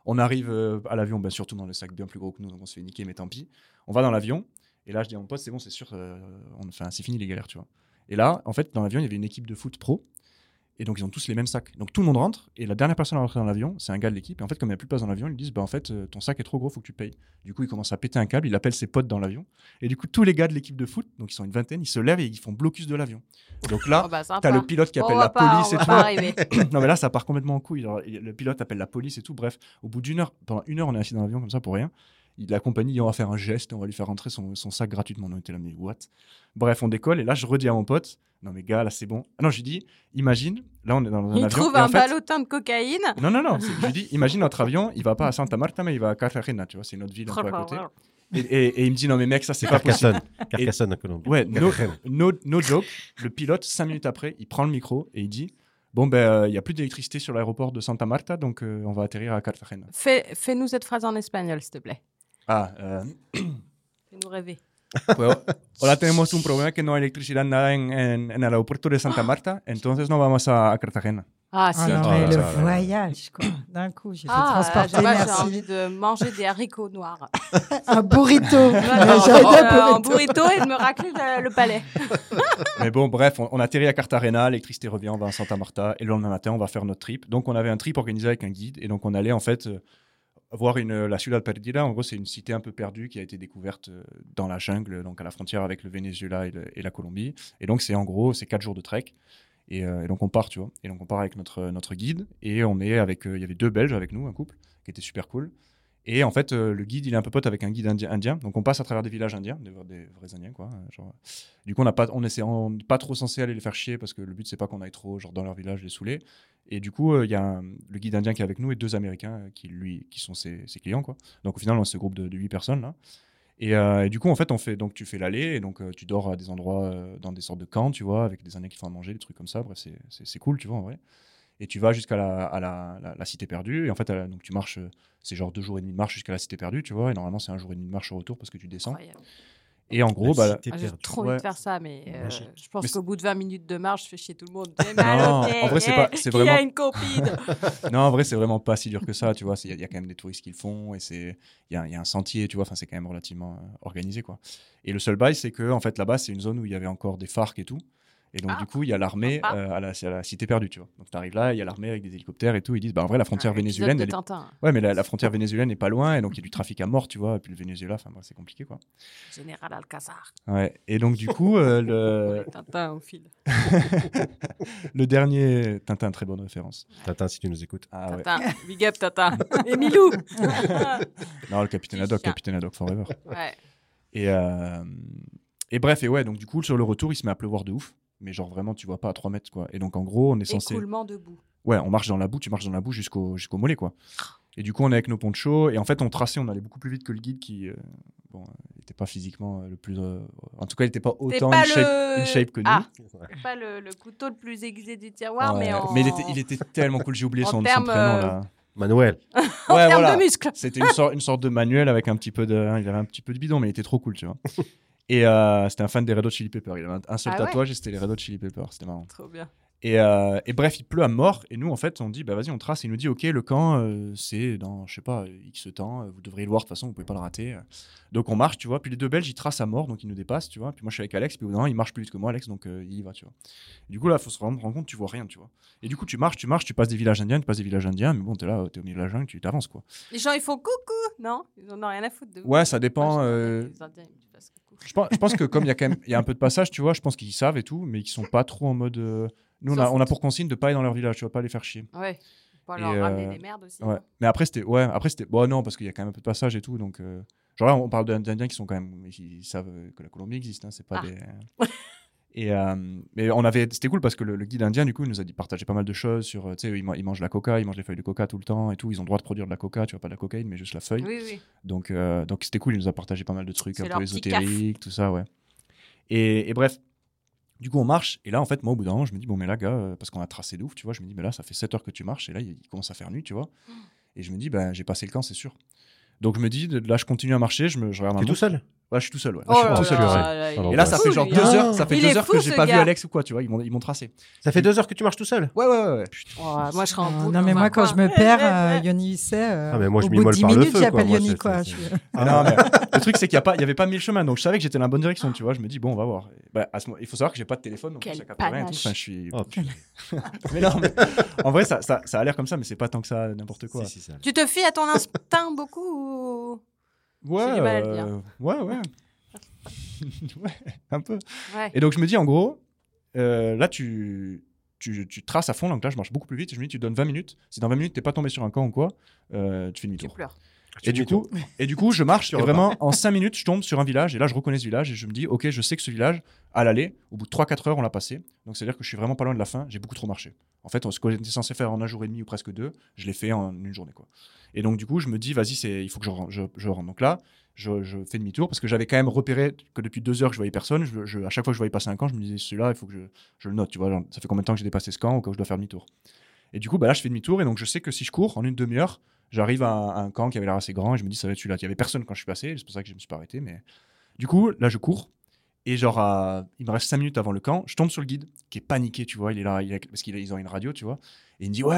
On arrive euh, à l'avion, bien sûr, tout le monde a le sac bien plus gros que nous, donc on se fait niquer, mais tant pis. On va dans l'avion, et là, je dis à mon pote, c'est bon, c'est sûr, euh, on, enfin, c'est fini les galères, tu vois. Et là, en fait, dans l'avion, il y avait une équipe de foot pro. Et donc, ils ont tous les mêmes sacs. Donc, tout le monde rentre. Et la dernière personne à rentrer dans l'avion, c'est un gars de l'équipe. Et en fait, comme il n'y a plus de place dans l'avion, ils lui disent Bah, en fait, euh, ton sac est trop gros, faut que tu payes. Du coup, il commence à péter un câble. Il appelle ses potes dans l'avion. Et du coup, tous les gars de l'équipe de foot, donc ils sont une vingtaine, ils se lèvent et ils font blocus de l'avion. Donc là, (laughs) (laughs) Oh, bah, sympa. t'as le pilote qui Bon, appelle on la va pas- on police et va tout. pas arriver. (coughs) non, mais là, ça part complètement en couille. Alors, il- le pilote appelle la police et tout. Bref, au bout d'une heure, pendant une heure, on est assis dans l'avion comme ça pour rien. Il- La compagnie, on va faire un geste, on va lui faire rentrer son, son sac gratuitement. On était là, mais what Bref, on décolle et là, je redis à mon pote Non, mais gars, là, c'est bon. Ah non, je lui dis Imagine, là, (laughs) on est dans un Il avion. trouve et en un fait- ballotin de cocaïne. Non, non, non. c'est- Je lui dis Imagine notre avion, il va pas à Santa Marta, mais il va à Cartagena, tu vois, c'est une autre ville Oh un peu à côté. Et, et- et il me dit Non, mais mec, (laughs) ça, c'est pas possible. Carcassonne. Carcassonne en Colombie. Ouais, no, no, no joke. Le pilote, cinq minutes après, il prend le micro et il dit Bon, ben, euh, il n'y a plus d'électricité sur l'aéroport de Santa Marta, donc euh, on va atterrir à Cartagena. Fais- Fais-nous cette phrase en espagnol, s'il te plaît. Ah, euh, Fais-nous rêver. (laughs) pues, hola, tenemos un problema que no hay electricidad nada en, en- en el aeropuerto de Santa Marta, entonces no vamos a, a Cartagena. Ah, si. Ah non, Ah, mais là, le là, là, là. voyage, quoi. D'un coup, j'ai été Ah, transportée, j'avais- j'ai merci. envie de manger des haricots noirs. Un burrito. J'ai Voilà, envie euh, d'un un burrito et de me racler la- le palais. Mais bon, bref, on, on atterrit à Cartagena, l'électricité revient, on va à Santa Marta, et le lendemain matin, on va faire notre trip. Donc, on avait un trip organisé avec un guide, et donc on allait en fait euh, voir une, euh, la Ciudad Perdida. En gros, c'est une cité un peu perdue qui a été découverte euh, dans la jungle, donc à la frontière avec le Venezuela et, le- et la Colombie. Et donc, c'est en gros, c'est quatre jours de trek. Et, euh, et donc, on part, tu vois. euh, Et donc, on part avec notre, notre guide, et on est avec, euh, il y avait deux Belges avec nous, un couple, qui était super cool. Et en fait, euh, le guide, il est un peu pote avec un guide indien. indien. Donc, on passe à travers des villages indiens, des, des vrais indiens, quoi. euh, genre. Du coup, on n'a pas, on essaie, on n'est pas trop censé aller les faire chier parce que le but, c'est pas qu'on aille trop, genre, dans leur village, les saouler. Et du coup, euh, il y a un- le guide indien qui est avec nous et deux Américains euh, qui, lui, qui sont ses, ses clients, quoi. Donc, au final, on a ce groupe de, de huit personnes, là. Et, euh, et du coup, en fait, on fait, donc, tu fais l'aller et donc, euh, tu dors à des endroits, euh, dans des sortes de camps, tu vois, avec des indiens qui font à manger, des trucs comme ça. Bref, c'est- c'est c'est cool, tu vois, en vrai. Et tu vas jusqu'à la, à la, la- la cité perdue. Et en fait, à la- donc, tu marches. euh, c'est genre deux jours et demi de marche jusqu'à la cité perdue, tu vois. Et normalement, c'est un jour et demi de marche au retour parce que tu descends. Incroyable. Et en gros, bah, Ah, J'ai trop envie Ouais. bah, de faire ça, mais euh, Magique. je pense Mais qu'au bout de 20 minutes de marche, je fais chier tout le monde. J'ai mal Non, au pied, en vrai, c'est eh, pas- c'est Qui vraiment- a une (laughs) copine non, en vrai, c'est vraiment pas si dur que ça, tu vois. c'est- Il y, a- il y a quand même des touristes qui le font et c'est il y, a- il y a un sentier, tu vois. Enfin, c'est quand même relativement euh, organisé, quoi. Et le seul bail, c'est que en fait, là-bas, c'est une zone où il y avait encore des FARC et tout. Et donc, Ah, du coup, il y a l'armée sympa. euh, à, la, à la cité perdue, tu vois. Donc, t'arrives là, il y a l'armée avec des hélicoptères et tout. Ils disent, bah, en vrai, la frontière Épisode vénézuélienne, de elle est Tintin. Ouais, mais (laughs) la, la frontière vénézuélienne n'est pas loin, et donc il y a du trafic à mort, tu vois. Et puis le Venezuela, enfin, bref, c'est compliqué, quoi. Général Alcazar. Ouais. Et donc, du coup, euh, le, Tintin au fil. le dernier. Tintin, très bonne référence. Tintin, si tu nous écoutes. Ah ouais. Tintin. (laughs) Big up, Tintin. Et Milou. Non, le capitaine Haddock, Chien. capitaine Haddock forever. (laughs) ouais. Et, euh, et bref, et ouais, donc du coup, sur le retour, il se met à pleuvoir de ouf. Mais genre vraiment, tu vois pas à 3 mètres, quoi. Et donc, en gros, on est censé. Écoulement debout. Ouais, on marche dans la boue, tu marches dans la boue jusqu'au jusqu'au mollet, quoi. Et du coup, on est avec nos ponchos, et en fait, on traçait, on allait beaucoup plus vite que le guide qui. euh, bon, n'était pas physiquement euh, le plus. euh, en tout cas, il n'était pas T'es autant pas in shape, le- in shape que nous. Ah, Pas le, le couteau le plus aiguisé du tiroir, Ouais, mais en, il, était, (laughs) il était tellement cool, j'ai oublié en son, son termes, prénom euh, là. Manuel. en Ouais, termes voilà. de muscles. C'était une, sorte- une sorte de manuel avec un petit peu de, hein, il avait un petit peu de bidon, mais il était trop cool, tu vois. Et euh, c'était un fan des Red Hot Chili Peppers. Il avait un, un seul Ah ouais tatouage et c'était les Red Hot Chili Peppers. C'était marrant. Trop bien. Et, euh, et bref, il pleut à mort. Et nous, en fait, on dit, bah vas-y, on trace. Et il nous dit, ok, le camp, euh, c'est dans, je sais pas, X temps. euh, Vous devriez le voir de toute façon, vous pouvez pas le rater. Donc on marche, tu vois. Puis les deux Belges, ils tracent à mort, donc ils nous dépassent, tu vois. Puis moi, je suis avec Alex. Puis au bout d'un moment, il marche plus vite que moi, Alex, donc euh, il y va, tu vois. Du coup, là, faut se rendre rendre compte, tu vois rien, tu vois. Et du coup, tu marches, tu marches, tu passes des villages indiens, tu passes des villages indiens. Mais bon, t'es là, euh, t'es au milieu de la jungle, tu t'avances, quoi. Les gens, ils font coucou, non Ils en ont rien à foutre de vous. Ouais, ça dépend. Moi, j'ai euh, entendu les Indiens, ils me disent parce que coucou. je, pense, je pense que comme il y a quand même il y a un peu de passage, tu vois, je pense qu'ils savent et tout, mais qu'ils sont pas trop en mode. euh, Nous, on Ils s'en a, on a foutent. pour consigne de pas aller dans leur village, tu vas pas les faire chier. Ouais. Faut Et, leur ramener euh, des merdes aussi. Ouais. Mais après c'était, ouais, après c'était, bon non, parce qu'il y a quand même un peu de passage et tout, donc. euh, Genre là, on parle d'In- d'Indiens qui sont quand même, qui savent euh, que la Colombie existe, hein, c'est pas Ah. des. (laughs) Et euh, mais on avait, c'était cool parce que le, le guide indien du coup il nous a dit partager pas mal de choses sur, euh, tu sais, ils, man- ils mangent la coca, ils mangent les feuilles de coca tout le temps et tout, ils ont le droit de produire de la coca, tu vois pas de la cocaïne mais juste la feuille. Oui, oui. Donc, euh, donc c'était cool, il nous a partagé pas mal de trucs C'est un leur peu petit caf. ésotériques, tout ça, ouais. Et, et bref, du coup, on marche. Et là, en fait, moi, au bout d'un moment, je me dis, bon, mais là, gars, euh, parce qu'on a tracé de ouf, tu vois, je me dis, mais là, ça fait 7 heures que tu marches, et là, il il commence à faire nuit, tu vois. Mm. Et je me dis, ben, j'ai passé le camp, c'est sûr. Donc, je me dis, de- là, je continue à marcher, je, me, je regarde ma T'es tout montre. seul Ouais, je suis tout seul, ouais. Là, Oh je suis là tout là seul. ouais. là, il Alors, Et est là, bah, ça fou, fait genre lui, deux hein. heures, ça fait Il deux est heures fou, que j'ai ce pas vu gars. Alex ou quoi, tu vois, ils m'ont ils m'ont tracé. Ça fait Et- deux heures que tu marches tout seul Ouais, ouais, ouais. Oh, moi, je serais Ah, en boule. non, mais dans un moi, quand coin. je me perds, euh, Yoni, sait. euh, Ah, mais moi, je au bout m'immole de 10 par le minutes, feu, j'appelle quoi. Moi, Yoni, c'est- quoi. c'est- Je- Non, mais le truc, c'est qu'il n'y avait pas mille chemins, donc je savais que j'étais dans la bonne direction, tu vois. Je me dis, bon, on va voir. Et bah, à ce moment- il faut savoir que j'ai pas de téléphone, donc Quel ça capte rien et tout. panache. Enfin, je suis Oh, putain. (laughs) Mais non, mais en vrai, ça, ça, ça a l'air comme ça, mais c'est pas tant que ça, n'importe quoi. Si, si, ça. (laughs) Tu te fies à ton instinct beaucoup ou... Ouais, J'ai du mal à le dire. euh, ouais, ouais. (laughs) ouais, un peu. Ouais. Et donc, je me dis, en gros, euh, là, tu, tu, tu traces à fond, donc là, je marche beaucoup plus vite. Je me dis, tu donnes 20 minutes. Si dans 20 minutes, t'es pas tombé sur un camp ou quoi, euh, tu Tu fais demi-tour. pleures. Et du, coup, et du coup, je marche, et vraiment, en 5 minutes, je tombe sur un village, et là, je reconnais ce village, et je me dis, ok, je sais que ce village, à l'aller, au bout de 3-4 heures, on l'a passé. Donc, c'est-à-dire que je suis vraiment pas loin de la fin, j'ai beaucoup trop marché. En fait, ce que j'étais censé faire en un jour et demi ou presque deux, je l'ai fait en une journée, quoi. Et donc, du coup, je me dis, vas-y, c'est- il faut que je, ren- je, je rentre. Donc là, je, je fais demi-tour, parce que j'avais quand même repéré que depuis 2 heures, que je voyais personne. Je, je- à chaque fois que je voyais passer un camp, je me disais, celui-là, il faut que je, je le note, tu vois, genre, ça fait combien de temps que j'ai dépassé ce camp, ou que je dois faire demi-tour. Et du coup, bah là, je fais demi-tour, et donc je sais que si je cours en une demi-heure, j'arrive à, un- à un camp qui avait l'air assez grand, et je me dis, ça va être celui-là. Il y avait personne quand je suis passé, c'est pour ça que je me suis pas arrêté, mais du coup, là, je cours. Et genre, à- il me reste 5 minutes avant le camp, je tombe sur le guide qui est paniqué, tu vois. Il est là, il est- parce qu'ils ont une radio, tu vois. Et il me dit, ouais,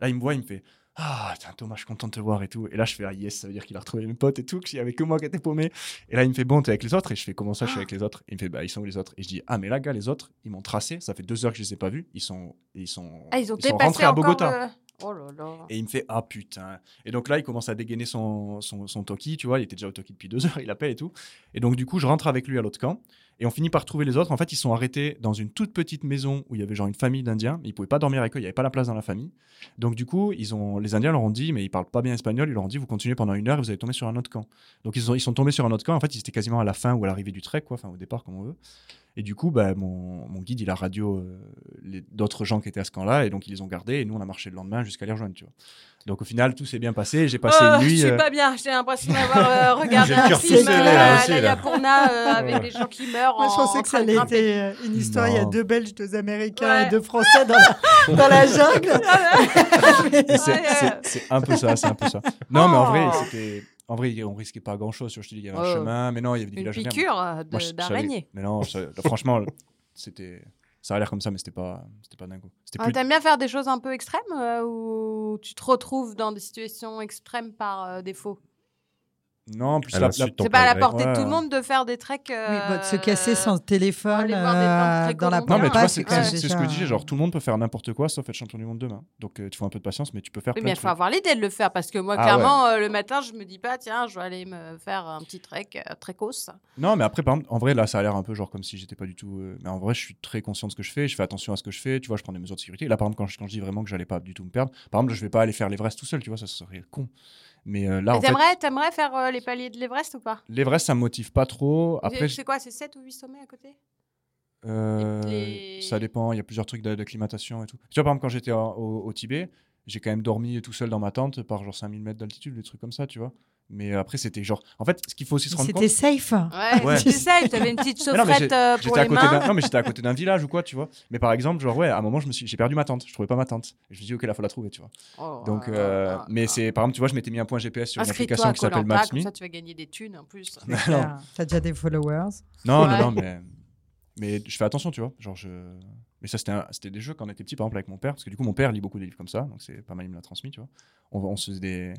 là, il me voit, il me fait, ah, putain, Thomas, je suis content de te voir et tout. Et là, je fais, ah, yes, ça veut dire qu'il a retrouvé mes potes et tout, qu'il n'y avait que moi qui était paumé. Et là, il me fait, bon, t'es avec les autres. Et je fais, comment ça, je suis avec les autres Et il me fait, bah, ils sont où les autres Et je dis, ah, mais là, gars, les autres, ils m'ont tracé, ça fait deux heures que je les ai pas vus. Ils sont, ils sont, Ah, ils ont ils sont dépassé rentrés à encore Bogota. le- Oh là là. Et il me fait Ah putain. Et donc là, il commence à dégainer (laughs) son, son, son Toki, tu vois. Il était déjà au Toki depuis deux heures, il appelle et tout. Et donc, du coup, je rentre avec lui à l'autre camp. Et on finit par trouver les autres. En fait, ils sont arrêtés dans une toute petite maison où il y avait genre une famille d'Indiens. mais Ils pouvaient pas dormir avec eux. Il n'y avait pas la place dans la famille. Donc, du coup, ils ont, les Indiens leur ont dit, mais ils parlent pas bien espagnol. Ils leur ont dit, vous continuez pendant une heure et vous allez tomber sur un autre camp. Donc, ils sont, ils sont tombés sur un autre camp. En fait, ils étaient quasiment à la fin ou à l'arrivée du trek, quoi. Enfin, au départ, comme on veut. Et du coup, bah, mon, mon guide, il a radio euh, les- d'autres gens qui étaient à ce camp-là. Et donc, ils les ont gardés. Et nous, on a marché le lendemain jusqu'à les rejoindre, tu vois. Donc, au final, tout s'est bien passé. J'ai passé Oh, une Je nuit. suis euh, pas bien, j'ai l'impression d'avoir (laughs) euh, regardé J'ai le un cœur film ficelé, euh, là, à aussi, là. la Yapurna euh, avec Ouais. des gens qui meurent. Moi, je en- pensait en que train ça de allait grimper. (laughs) (laughs) être euh, une histoire. Il y a Non. deux Belges, deux Américains Ouais. et deux Français dans la, dans la jungle. Et c'est- Ouais, c'est- ouais. C'est un peu ça, c'est un peu ça. Non, mais en vrai, Oh. c'était. En vrai, on risquait pas grand chose. Je te dis, il y avait un Oh. chemin, mais non, il y avait des Une villages. à faire. piqûre euh, de- hein. Moi, je- je savais- d'araignée. Mais non, je- franchement, c'était. Ça a l'air comme ça, mais c'était pas, c'était pas dingo. C'était Ah, plus. T'aimes bien faire des choses un peu extrêmes euh, ou tu te retrouves dans des situations extrêmes par euh, défaut Non, en plus À la, l'insu de la- ton C'est pas à la progrès. portée Ouais. de tout le monde de faire des treks. Oui, bah, de se casser euh, sans téléphone aller voir des plantes euh, dans la précolombines. Non, mais tu Ouais, vois, pampa, c'est ouais. c'est- c'est ce que je disais. déjà- Genre, tout le monde peut faire n'importe quoi sauf être champion du monde demain. Donc, euh, tu faut un peu de patience, mais tu peux faire Oui, plein mais de il faut trucs. avoir l'idée de le faire parce que moi, Ah, clairement, euh, le matin, je me dis pas, tiens, je vais aller me faire un petit trek euh, trekos. Non, mais après, par exemple, en vrai, là, ça a l'air un peu genre comme si j'étais pas du tout. euh, Mais en vrai, je suis très conscient de ce que je fais, je fais attention à ce que je fais, tu vois, je prends des mesures de sécurité. Là, par exemple, quand je, quand je dis vraiment que j'allais pas du tout me perdre, par exemple, je vais pas aller faire l'Everest tout seul, tu vois, ça serait con. Mais euh, là, Mais en fait, T'aimerais t'aimerais faire euh, les paliers de l'Everest ou pas l'Everest, ça me motive pas trop. Après, C'est quoi C'est 7 ou 8 sommets à côté euh, les- ça dépend, il y a plusieurs trucs d'a- d'acclimatation et tout. Tu vois, par exemple, quand j'étais en- au, au Tibet, j'ai quand même dormi tout seul dans ma tente par genre 5000 mètres d'altitude, des trucs comme ça, tu vois. Mais euh, après, c'était genre. En fait, ce qu'il faut aussi se rendre compte. C'était safe. Ouais, (laughs) Ouais. tu sais, tu avais une petite Mais (laughs) non, mais chaufferette euh, pour J'étais à les côté mains. d'un- non mais j'étais à côté d'un village ou quoi tu vois mais par exemple genre ouais à un moment je me suis j'ai perdu ma tente je trouvais pas ma tente et je me suis dit ok là faut la trouver tu vois Oh, donc euh, euh, euh, mais euh, c'est par exemple tu vois je m'étais mis un point GPS sur une inscris-toi application à qui s'appelle Koh-Lanta, Maps.me Comme ça, tu vas gagner des thunes en plus. (laughs) non non T'as t'as déjà des followers. non, Ouais. non, mais mais je fais attention tu vois genre je mais ça c'était un- c'était des jeux quand on était petit par exemple avec mon père parce que du coup mon père lit beaucoup de livres comme ça donc c'est pas mal il me l'a transmis tu vois on, on se faisait des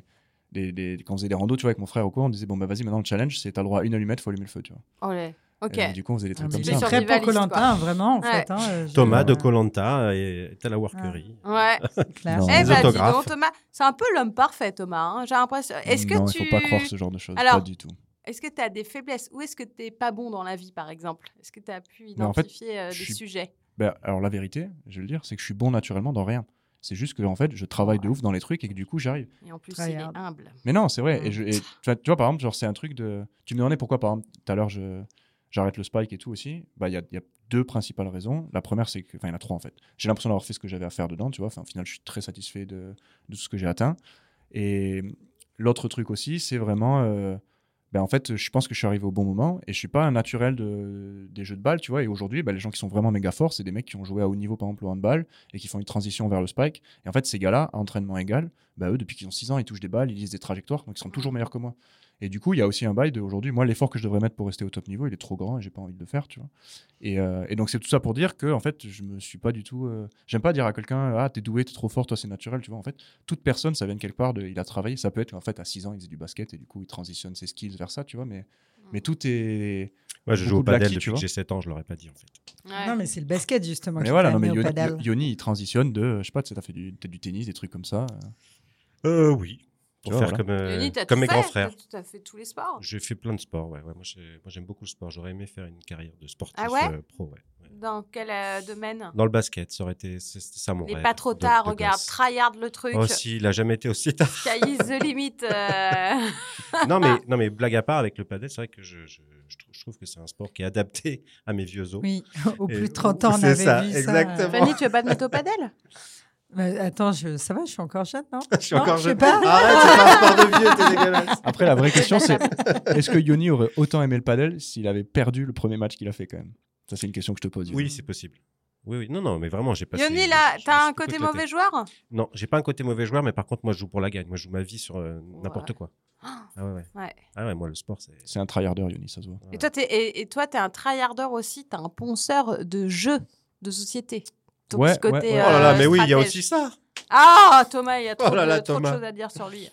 des, des- quand on faisait des randos tu vois avec mon frère ou quoi on disait bon bah vas-y maintenant le challenge c'est t'as le droit à une allumette faut allumer le feu tu vois Olé. Ok. Et donc, du coup on faisait des trucs Ah, Mais comme il est ça Sur très des pour valises, Colantin, vraiment, en Ouais. fait. hein, euh, je- Thomas de euh, Colanta et à la workerie. Ouais. c'est clair. Non. Eh Des ben, dis autographes. donc, Thomas, c'est un peu l'homme parfait, Thomas. hein. J'ai l'impression. Est-ce que Mm, non tu. il faut pas croire ce genre de choses Alors, pas du tout Est-ce que tu as des faiblesses Où est-ce que tu pas bon dans la vie, par exemple Est-ce que tu as pu Mais en fait, identifier euh, des je suis- sujets Ben, alors la vérité, je vais le dire, c'est que je suis bon naturellement dans rien. C'est juste que en fait, je travaille de ouf dans les trucs et que du coup, j'arrive. Et en plus, Très il hard. est humble. Mais non, c'est vrai. Mm. Et, je, et tu, vois, tu vois, par exemple, genre c'est un truc de. Tu me demandais pourquoi, par exemple, tout à l'heure, je j'arrête le spike et tout aussi. Bah, il y a, il y a deux principales raisons. La première, c'est que, enfin, il y en a trois en fait. J'ai l'impression d'avoir fait ce que j'avais à faire dedans. Tu vois, enfin, au final, je suis très satisfait de, de tout ce que j'ai atteint. Et l'autre truc aussi, c'est vraiment. euh, ben, en fait, je pense que je suis arrivé au bon moment et je suis pas un naturel de, des jeux de balle, tu vois. Et aujourd'hui, ben, les gens qui sont vraiment méga forts, c'est des mecs qui ont joué à haut niveau, par exemple, au handball et qui font une transition vers le spike. Et en fait, ces gars-là, à entraînement égal, bah, eux, depuis qu'ils ont 6 ans, ils touchent des balles, ils lisent des trajectoires, donc ils sont toujours meilleurs que moi. Et du coup, il y a aussi un bail de aujourd'hui, moi, l'effort que je devrais mettre pour rester au top niveau, il est trop grand et j'ai pas envie de le faire, tu vois. Et, euh, et donc, c'est tout ça pour dire que, en fait, je me suis pas du tout. euh, J'aime pas dire à quelqu'un, ah, t'es doué, t'es trop fort, toi, c'est naturel, tu vois. En fait, toute personne, ça vient de quelque part, de, il a travaillé. Ça peut être, en fait, à 6 ans, il faisait du basket et du coup, il transitionne ses skills vers ça, tu vois. Mais, mais tout est. Moi, je joue Beaucoup au de l'acquis, padel tu depuis que vois. j'ai 7 ans, je l'aurais pas dit en fait. Ouais. Eh, Non, mais c'est le basket, justement. Mais qui voilà, t'a non, mais amené au Yoni, padel. Yoni, il transitionne de, je sais pas, tu sais, t'as fait du, peut-être du tennis, des trucs comme ça. euh. Euh, oui. Tu Pour vois, faire voilà. comme, euh, Léonie, t'as comme tout mes fait, grands frères. t'as- T'as fait tous les sports. J'ai fait plein de sports, ouais. ouais. Moi, j'ai- moi, j'aime beaucoup le sport. J'aurais aimé faire une carrière de sportif Ah ouais euh, pro, ouais. Ouais. Dans quel euh, domaine Dans le basket, ça aurait été c'est- c'était ça mon Il rêve. n'est pas trop de- tard, de regarde, gosse. tryhard le truc. Oh (laughs) si, il a jamais été aussi tard. Sky is the limit. euh. non, (laughs) mais, non, mais blague à part, avec le padel, c'est vrai que je, je, je trouve, je trouve que c'est un sport qui est adapté à mes vieux os. Oui, au Et- plus de 30 ans, on c'est avait ça, vu exactement. ça. Fanny, tu veux pas te mettre au padel Mais attends, je... ça va, je suis encore jeune, non (laughs) (laughs) Je suis Non, encore je sais jeune. Ah, pas. Arrête, c'est (laughs) pas un sport de vieux, t'es (laughs) dégueulasse. Après, la vraie question, (laughs) c'est est-ce que Yoni aurait autant aimé le padel s'il avait perdu le premier match qu'il a fait quand même Ça, c'est une question que je te pose. Yoni. Oui, c'est possible. Oui, oui. Non, non, mais vraiment, j'ai pas. Yoni, là, t'as un côté mauvais joueur Non, j'ai pas un côté mauvais joueur, mais par contre, moi, je joue pour la gagne. Moi, je joue ma vie sur euh, n'importe Ouais. (gasps) quoi. Ah ouais, ouais. Ouais. Ah ouais, moi, le sport, c'est. C'est un tryharder, Yoni, ça se voit. Et toi, t'es et, et toi, t'es un tryharder aussi, t'es un ponceur de jeux de société. Ton Ouais, petit côté, ouais, ouais. Oh là là, euh, mais oui, il y a stratège. aussi ça. Ah, Thomas, il y a trop, Oh là de, là, trop de Thomas. choses à dire sur (laughs) lui.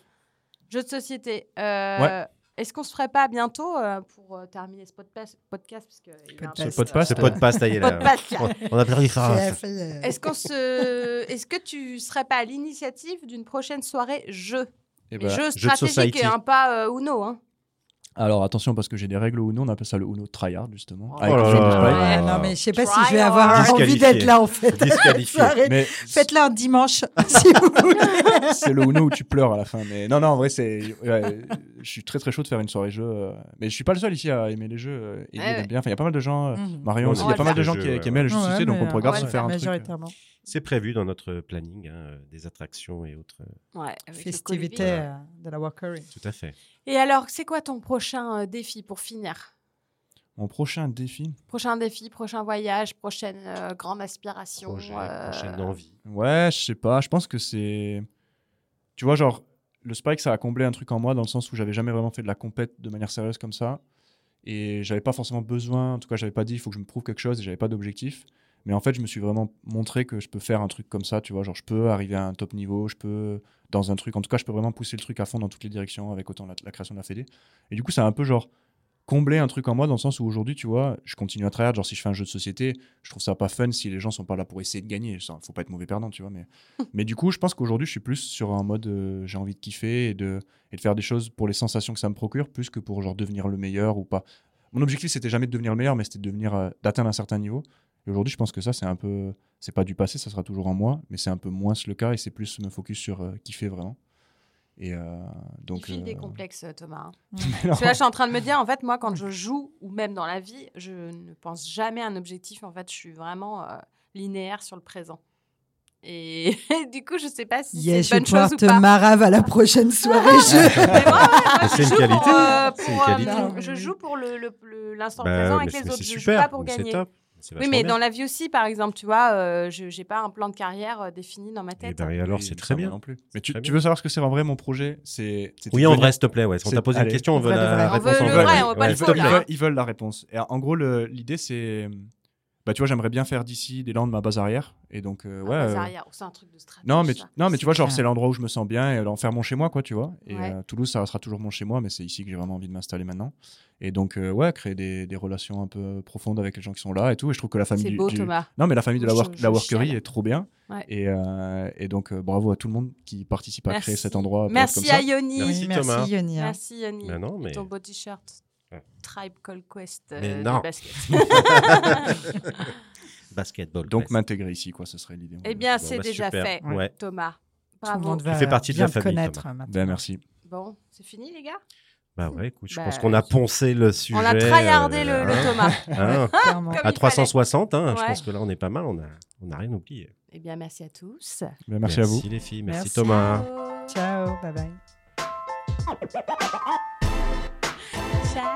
Jeux de société. Euh, Est-ce qu'on se ferait pas bientôt euh, pour euh, terminer ce podpa- podcast parce que il y a un Podcast. peu- Ce podcast, C'est pas de passe, ça (laughs) y est, là. Podcast, là. On, on a perdu ça. J'ai fait, euh, Est-ce qu'on se, est-ce que tu serais pas à l'initiative d'une prochaine soirée jeu, Et mais jeu jeu de stratégique society. et un pas euh, Uno, hein Alors attention parce que j'ai des règles au Uno, on appelle ça le Uno tryhard justement. Oh avec là le là James là Blake. là. Ouais, Euh, Ah, non, mais je sais pas si try je vais hard. avoir envie Disqualifié. d'être là, en (laughs) fait. Disqualifié. Ça arrête. (laughs) Mais Faites-le un dimanche, (laughs) si vous voulez. (laughs) c'est le Uno où tu pleures à la fin. Mais non, non, en vrai, c'est. ouais, je suis très très chaud de faire une soirée jeu. euh, Mais je suis pas le seul ici à aimer les jeux. euh, Et lui, Ah Ouais, il aime ouais. bien. Enfin, il y a pas mal de gens. euh, Mhm. Marion On aussi, il y va a pas mal le de gens faire. qui, Ouais, qui aimaient le jeu Ouais, donc mais on regarde on se va faire un truc. euh, Majoritairement. C'est prévu dans notre planning, hein, euh, des attractions et autres. euh, Ouais, avec le Festivité Covid. euh, de la Walkery. Tout à fait. Et alors, c'est quoi ton prochain euh, défi pour finir Mon prochain défi. Prochain défi, prochain voyage, prochaine euh, grande aspiration. Projet, euh, prochaine (laughs) envie. Ouais, je sais pas. Je pense que c'est. Tu vois, genre, le Spike, ça a comblé un truc en moi dans le sens où j'avais jamais vraiment fait de la compète de manière sérieuse comme ça. Et j'avais pas forcément besoin, en tout cas, j'avais pas dit, il faut que je me prouve quelque chose et j'avais pas d'objectif. Mais en fait, je me suis vraiment montré que je peux faire un truc comme ça, tu vois. Genre, je peux arriver à un top niveau, je peux, dans un truc, en tout cas, je peux vraiment pousser le truc à fond dans toutes les directions avec autant la, la création de la Fédé. Et du coup, ça a un peu, genre, comblé un truc en moi dans le sens où aujourd'hui, tu vois, je continue à travailler. Genre, si je fais un jeu de société, je trouve ça pas fun si les gens sont pas là pour essayer de gagner. Ça, faut pas être mauvais perdant, tu vois. Mais, mais du coup, je pense qu'aujourd'hui, je suis plus sur un mode euh, j'ai envie de kiffer et de, et de faire des choses pour les sensations que ça me procure, plus que pour genre devenir le meilleur ou pas. Mon objectif, c'était jamais de devenir le meilleur, mais c'était de devenir euh, d'atteindre un certain niveau. Et aujourd'hui, je pense que ça, c'est un peu, c'est pas du passé, ça sera toujours en moi, mais c'est un peu moins le cas et c'est plus me focus sur euh, kiffer vraiment. Et euh, Il donc. file des euh, complexes, euh, Thomas. hein. (laughs) non. Parce que là, je suis en train de me dire, en fait, moi, quand je joue, ou même dans la vie, je ne pense jamais à un objectif. En fait, je suis vraiment euh, linéaire sur le présent. Et (laughs) du coup, je sais pas si Yes, c'est je vais une bonne pouvoir chose ou te pas. marave à la prochaine soirée jeu. Mais moi, ouais, moi, Mais je (laughs) c'est une joue qualité. hein. Pour, euh, C'est une pour, euh, qualité. mon- je joue pour le- le- le- l'instant Bah, présent mais avec c'est- les autres. c'est Je joue super, pas pour donc c'est gagner. top. C'est Oui, vachement mais bien. dans la vie aussi, par exemple, tu vois, euh, je n'ai pas un plan de carrière euh, défini dans ma Eh tête. ben, et alors, Oui, c'est ça, très moi bien. Non plus. C'est Mais tu, très tu bien. veux savoir ce que c'est en vrai mon projet C'est c'est- Oui, c'est en de vrai, s'il te plaît. Ouais. Si on C'est- t'a posé allez. une question, on veut Vrai de vrai. la On réponse veut en le vrai. vrai, on va pas Ouais, le hein. s'il faux, te ils, là. plaît. veulent, ils veulent la réponse. Et en gros, le- l'idée, c'est. Bah, tu vois, j'aimerais bien faire d'ici des landes ma base arrière. Et donc, euh, Ah, ouais. bah, c'est euh, arrière. C'est un truc de stratégie. Non, mais, tu- ça. non, mais tu vois, genre, clair. c'est l'endroit où je me sens bien et en faire mon chez moi, quoi, tu vois. Et Ouais. euh, Toulouse, ça restera toujours mon chez moi, mais c'est ici que j'ai vraiment envie de m'installer maintenant. Et donc, euh, ouais, créer des, des relations un peu profondes avec les gens qui sont là et tout. Et je trouve que la famille C'est du- beau, du- Thomas. Non, mais la famille de la, Je- work- je la workerie chiale. est trop bien. Ouais. Et, euh, et donc, euh, bravo à tout le monde qui participe à créer Merci. cet endroit. pour être comme Merci ça. à Yoni. Merci, Oui, merci Thomas. Yoni. hein. Merci Yanni. Bah non, mais- Et Ton beau t-shirt. Ouais. Tribe Call Quest. euh, Mais de non. basket. Basketball. Donc, maintenant. m'intégrer ici, quoi, ce serait l'idée. eh bien, bah, c'est déjà fait, Ouais. Thomas. Tout le Bravo. monde va Tu fais partie de bien la te famille, connaître hein, Thomas. maintenant. Ben, merci. Bon, c'est fini, les gars Bah ouais, écoute, je Bah, pense qu'on a poncé le sujet. On a tryhardé le, euh, le hein, Thomas. hein, Clairement. Ah, Comme à (laughs) il 360, hein, je Ouais. pense que là on est pas mal, on a, on a rien oublié. Eh bien, merci à tous. Ben, merci, à vous. Merci les filles, merci Merci. Thomas. Ciao, bye bye. Ciao.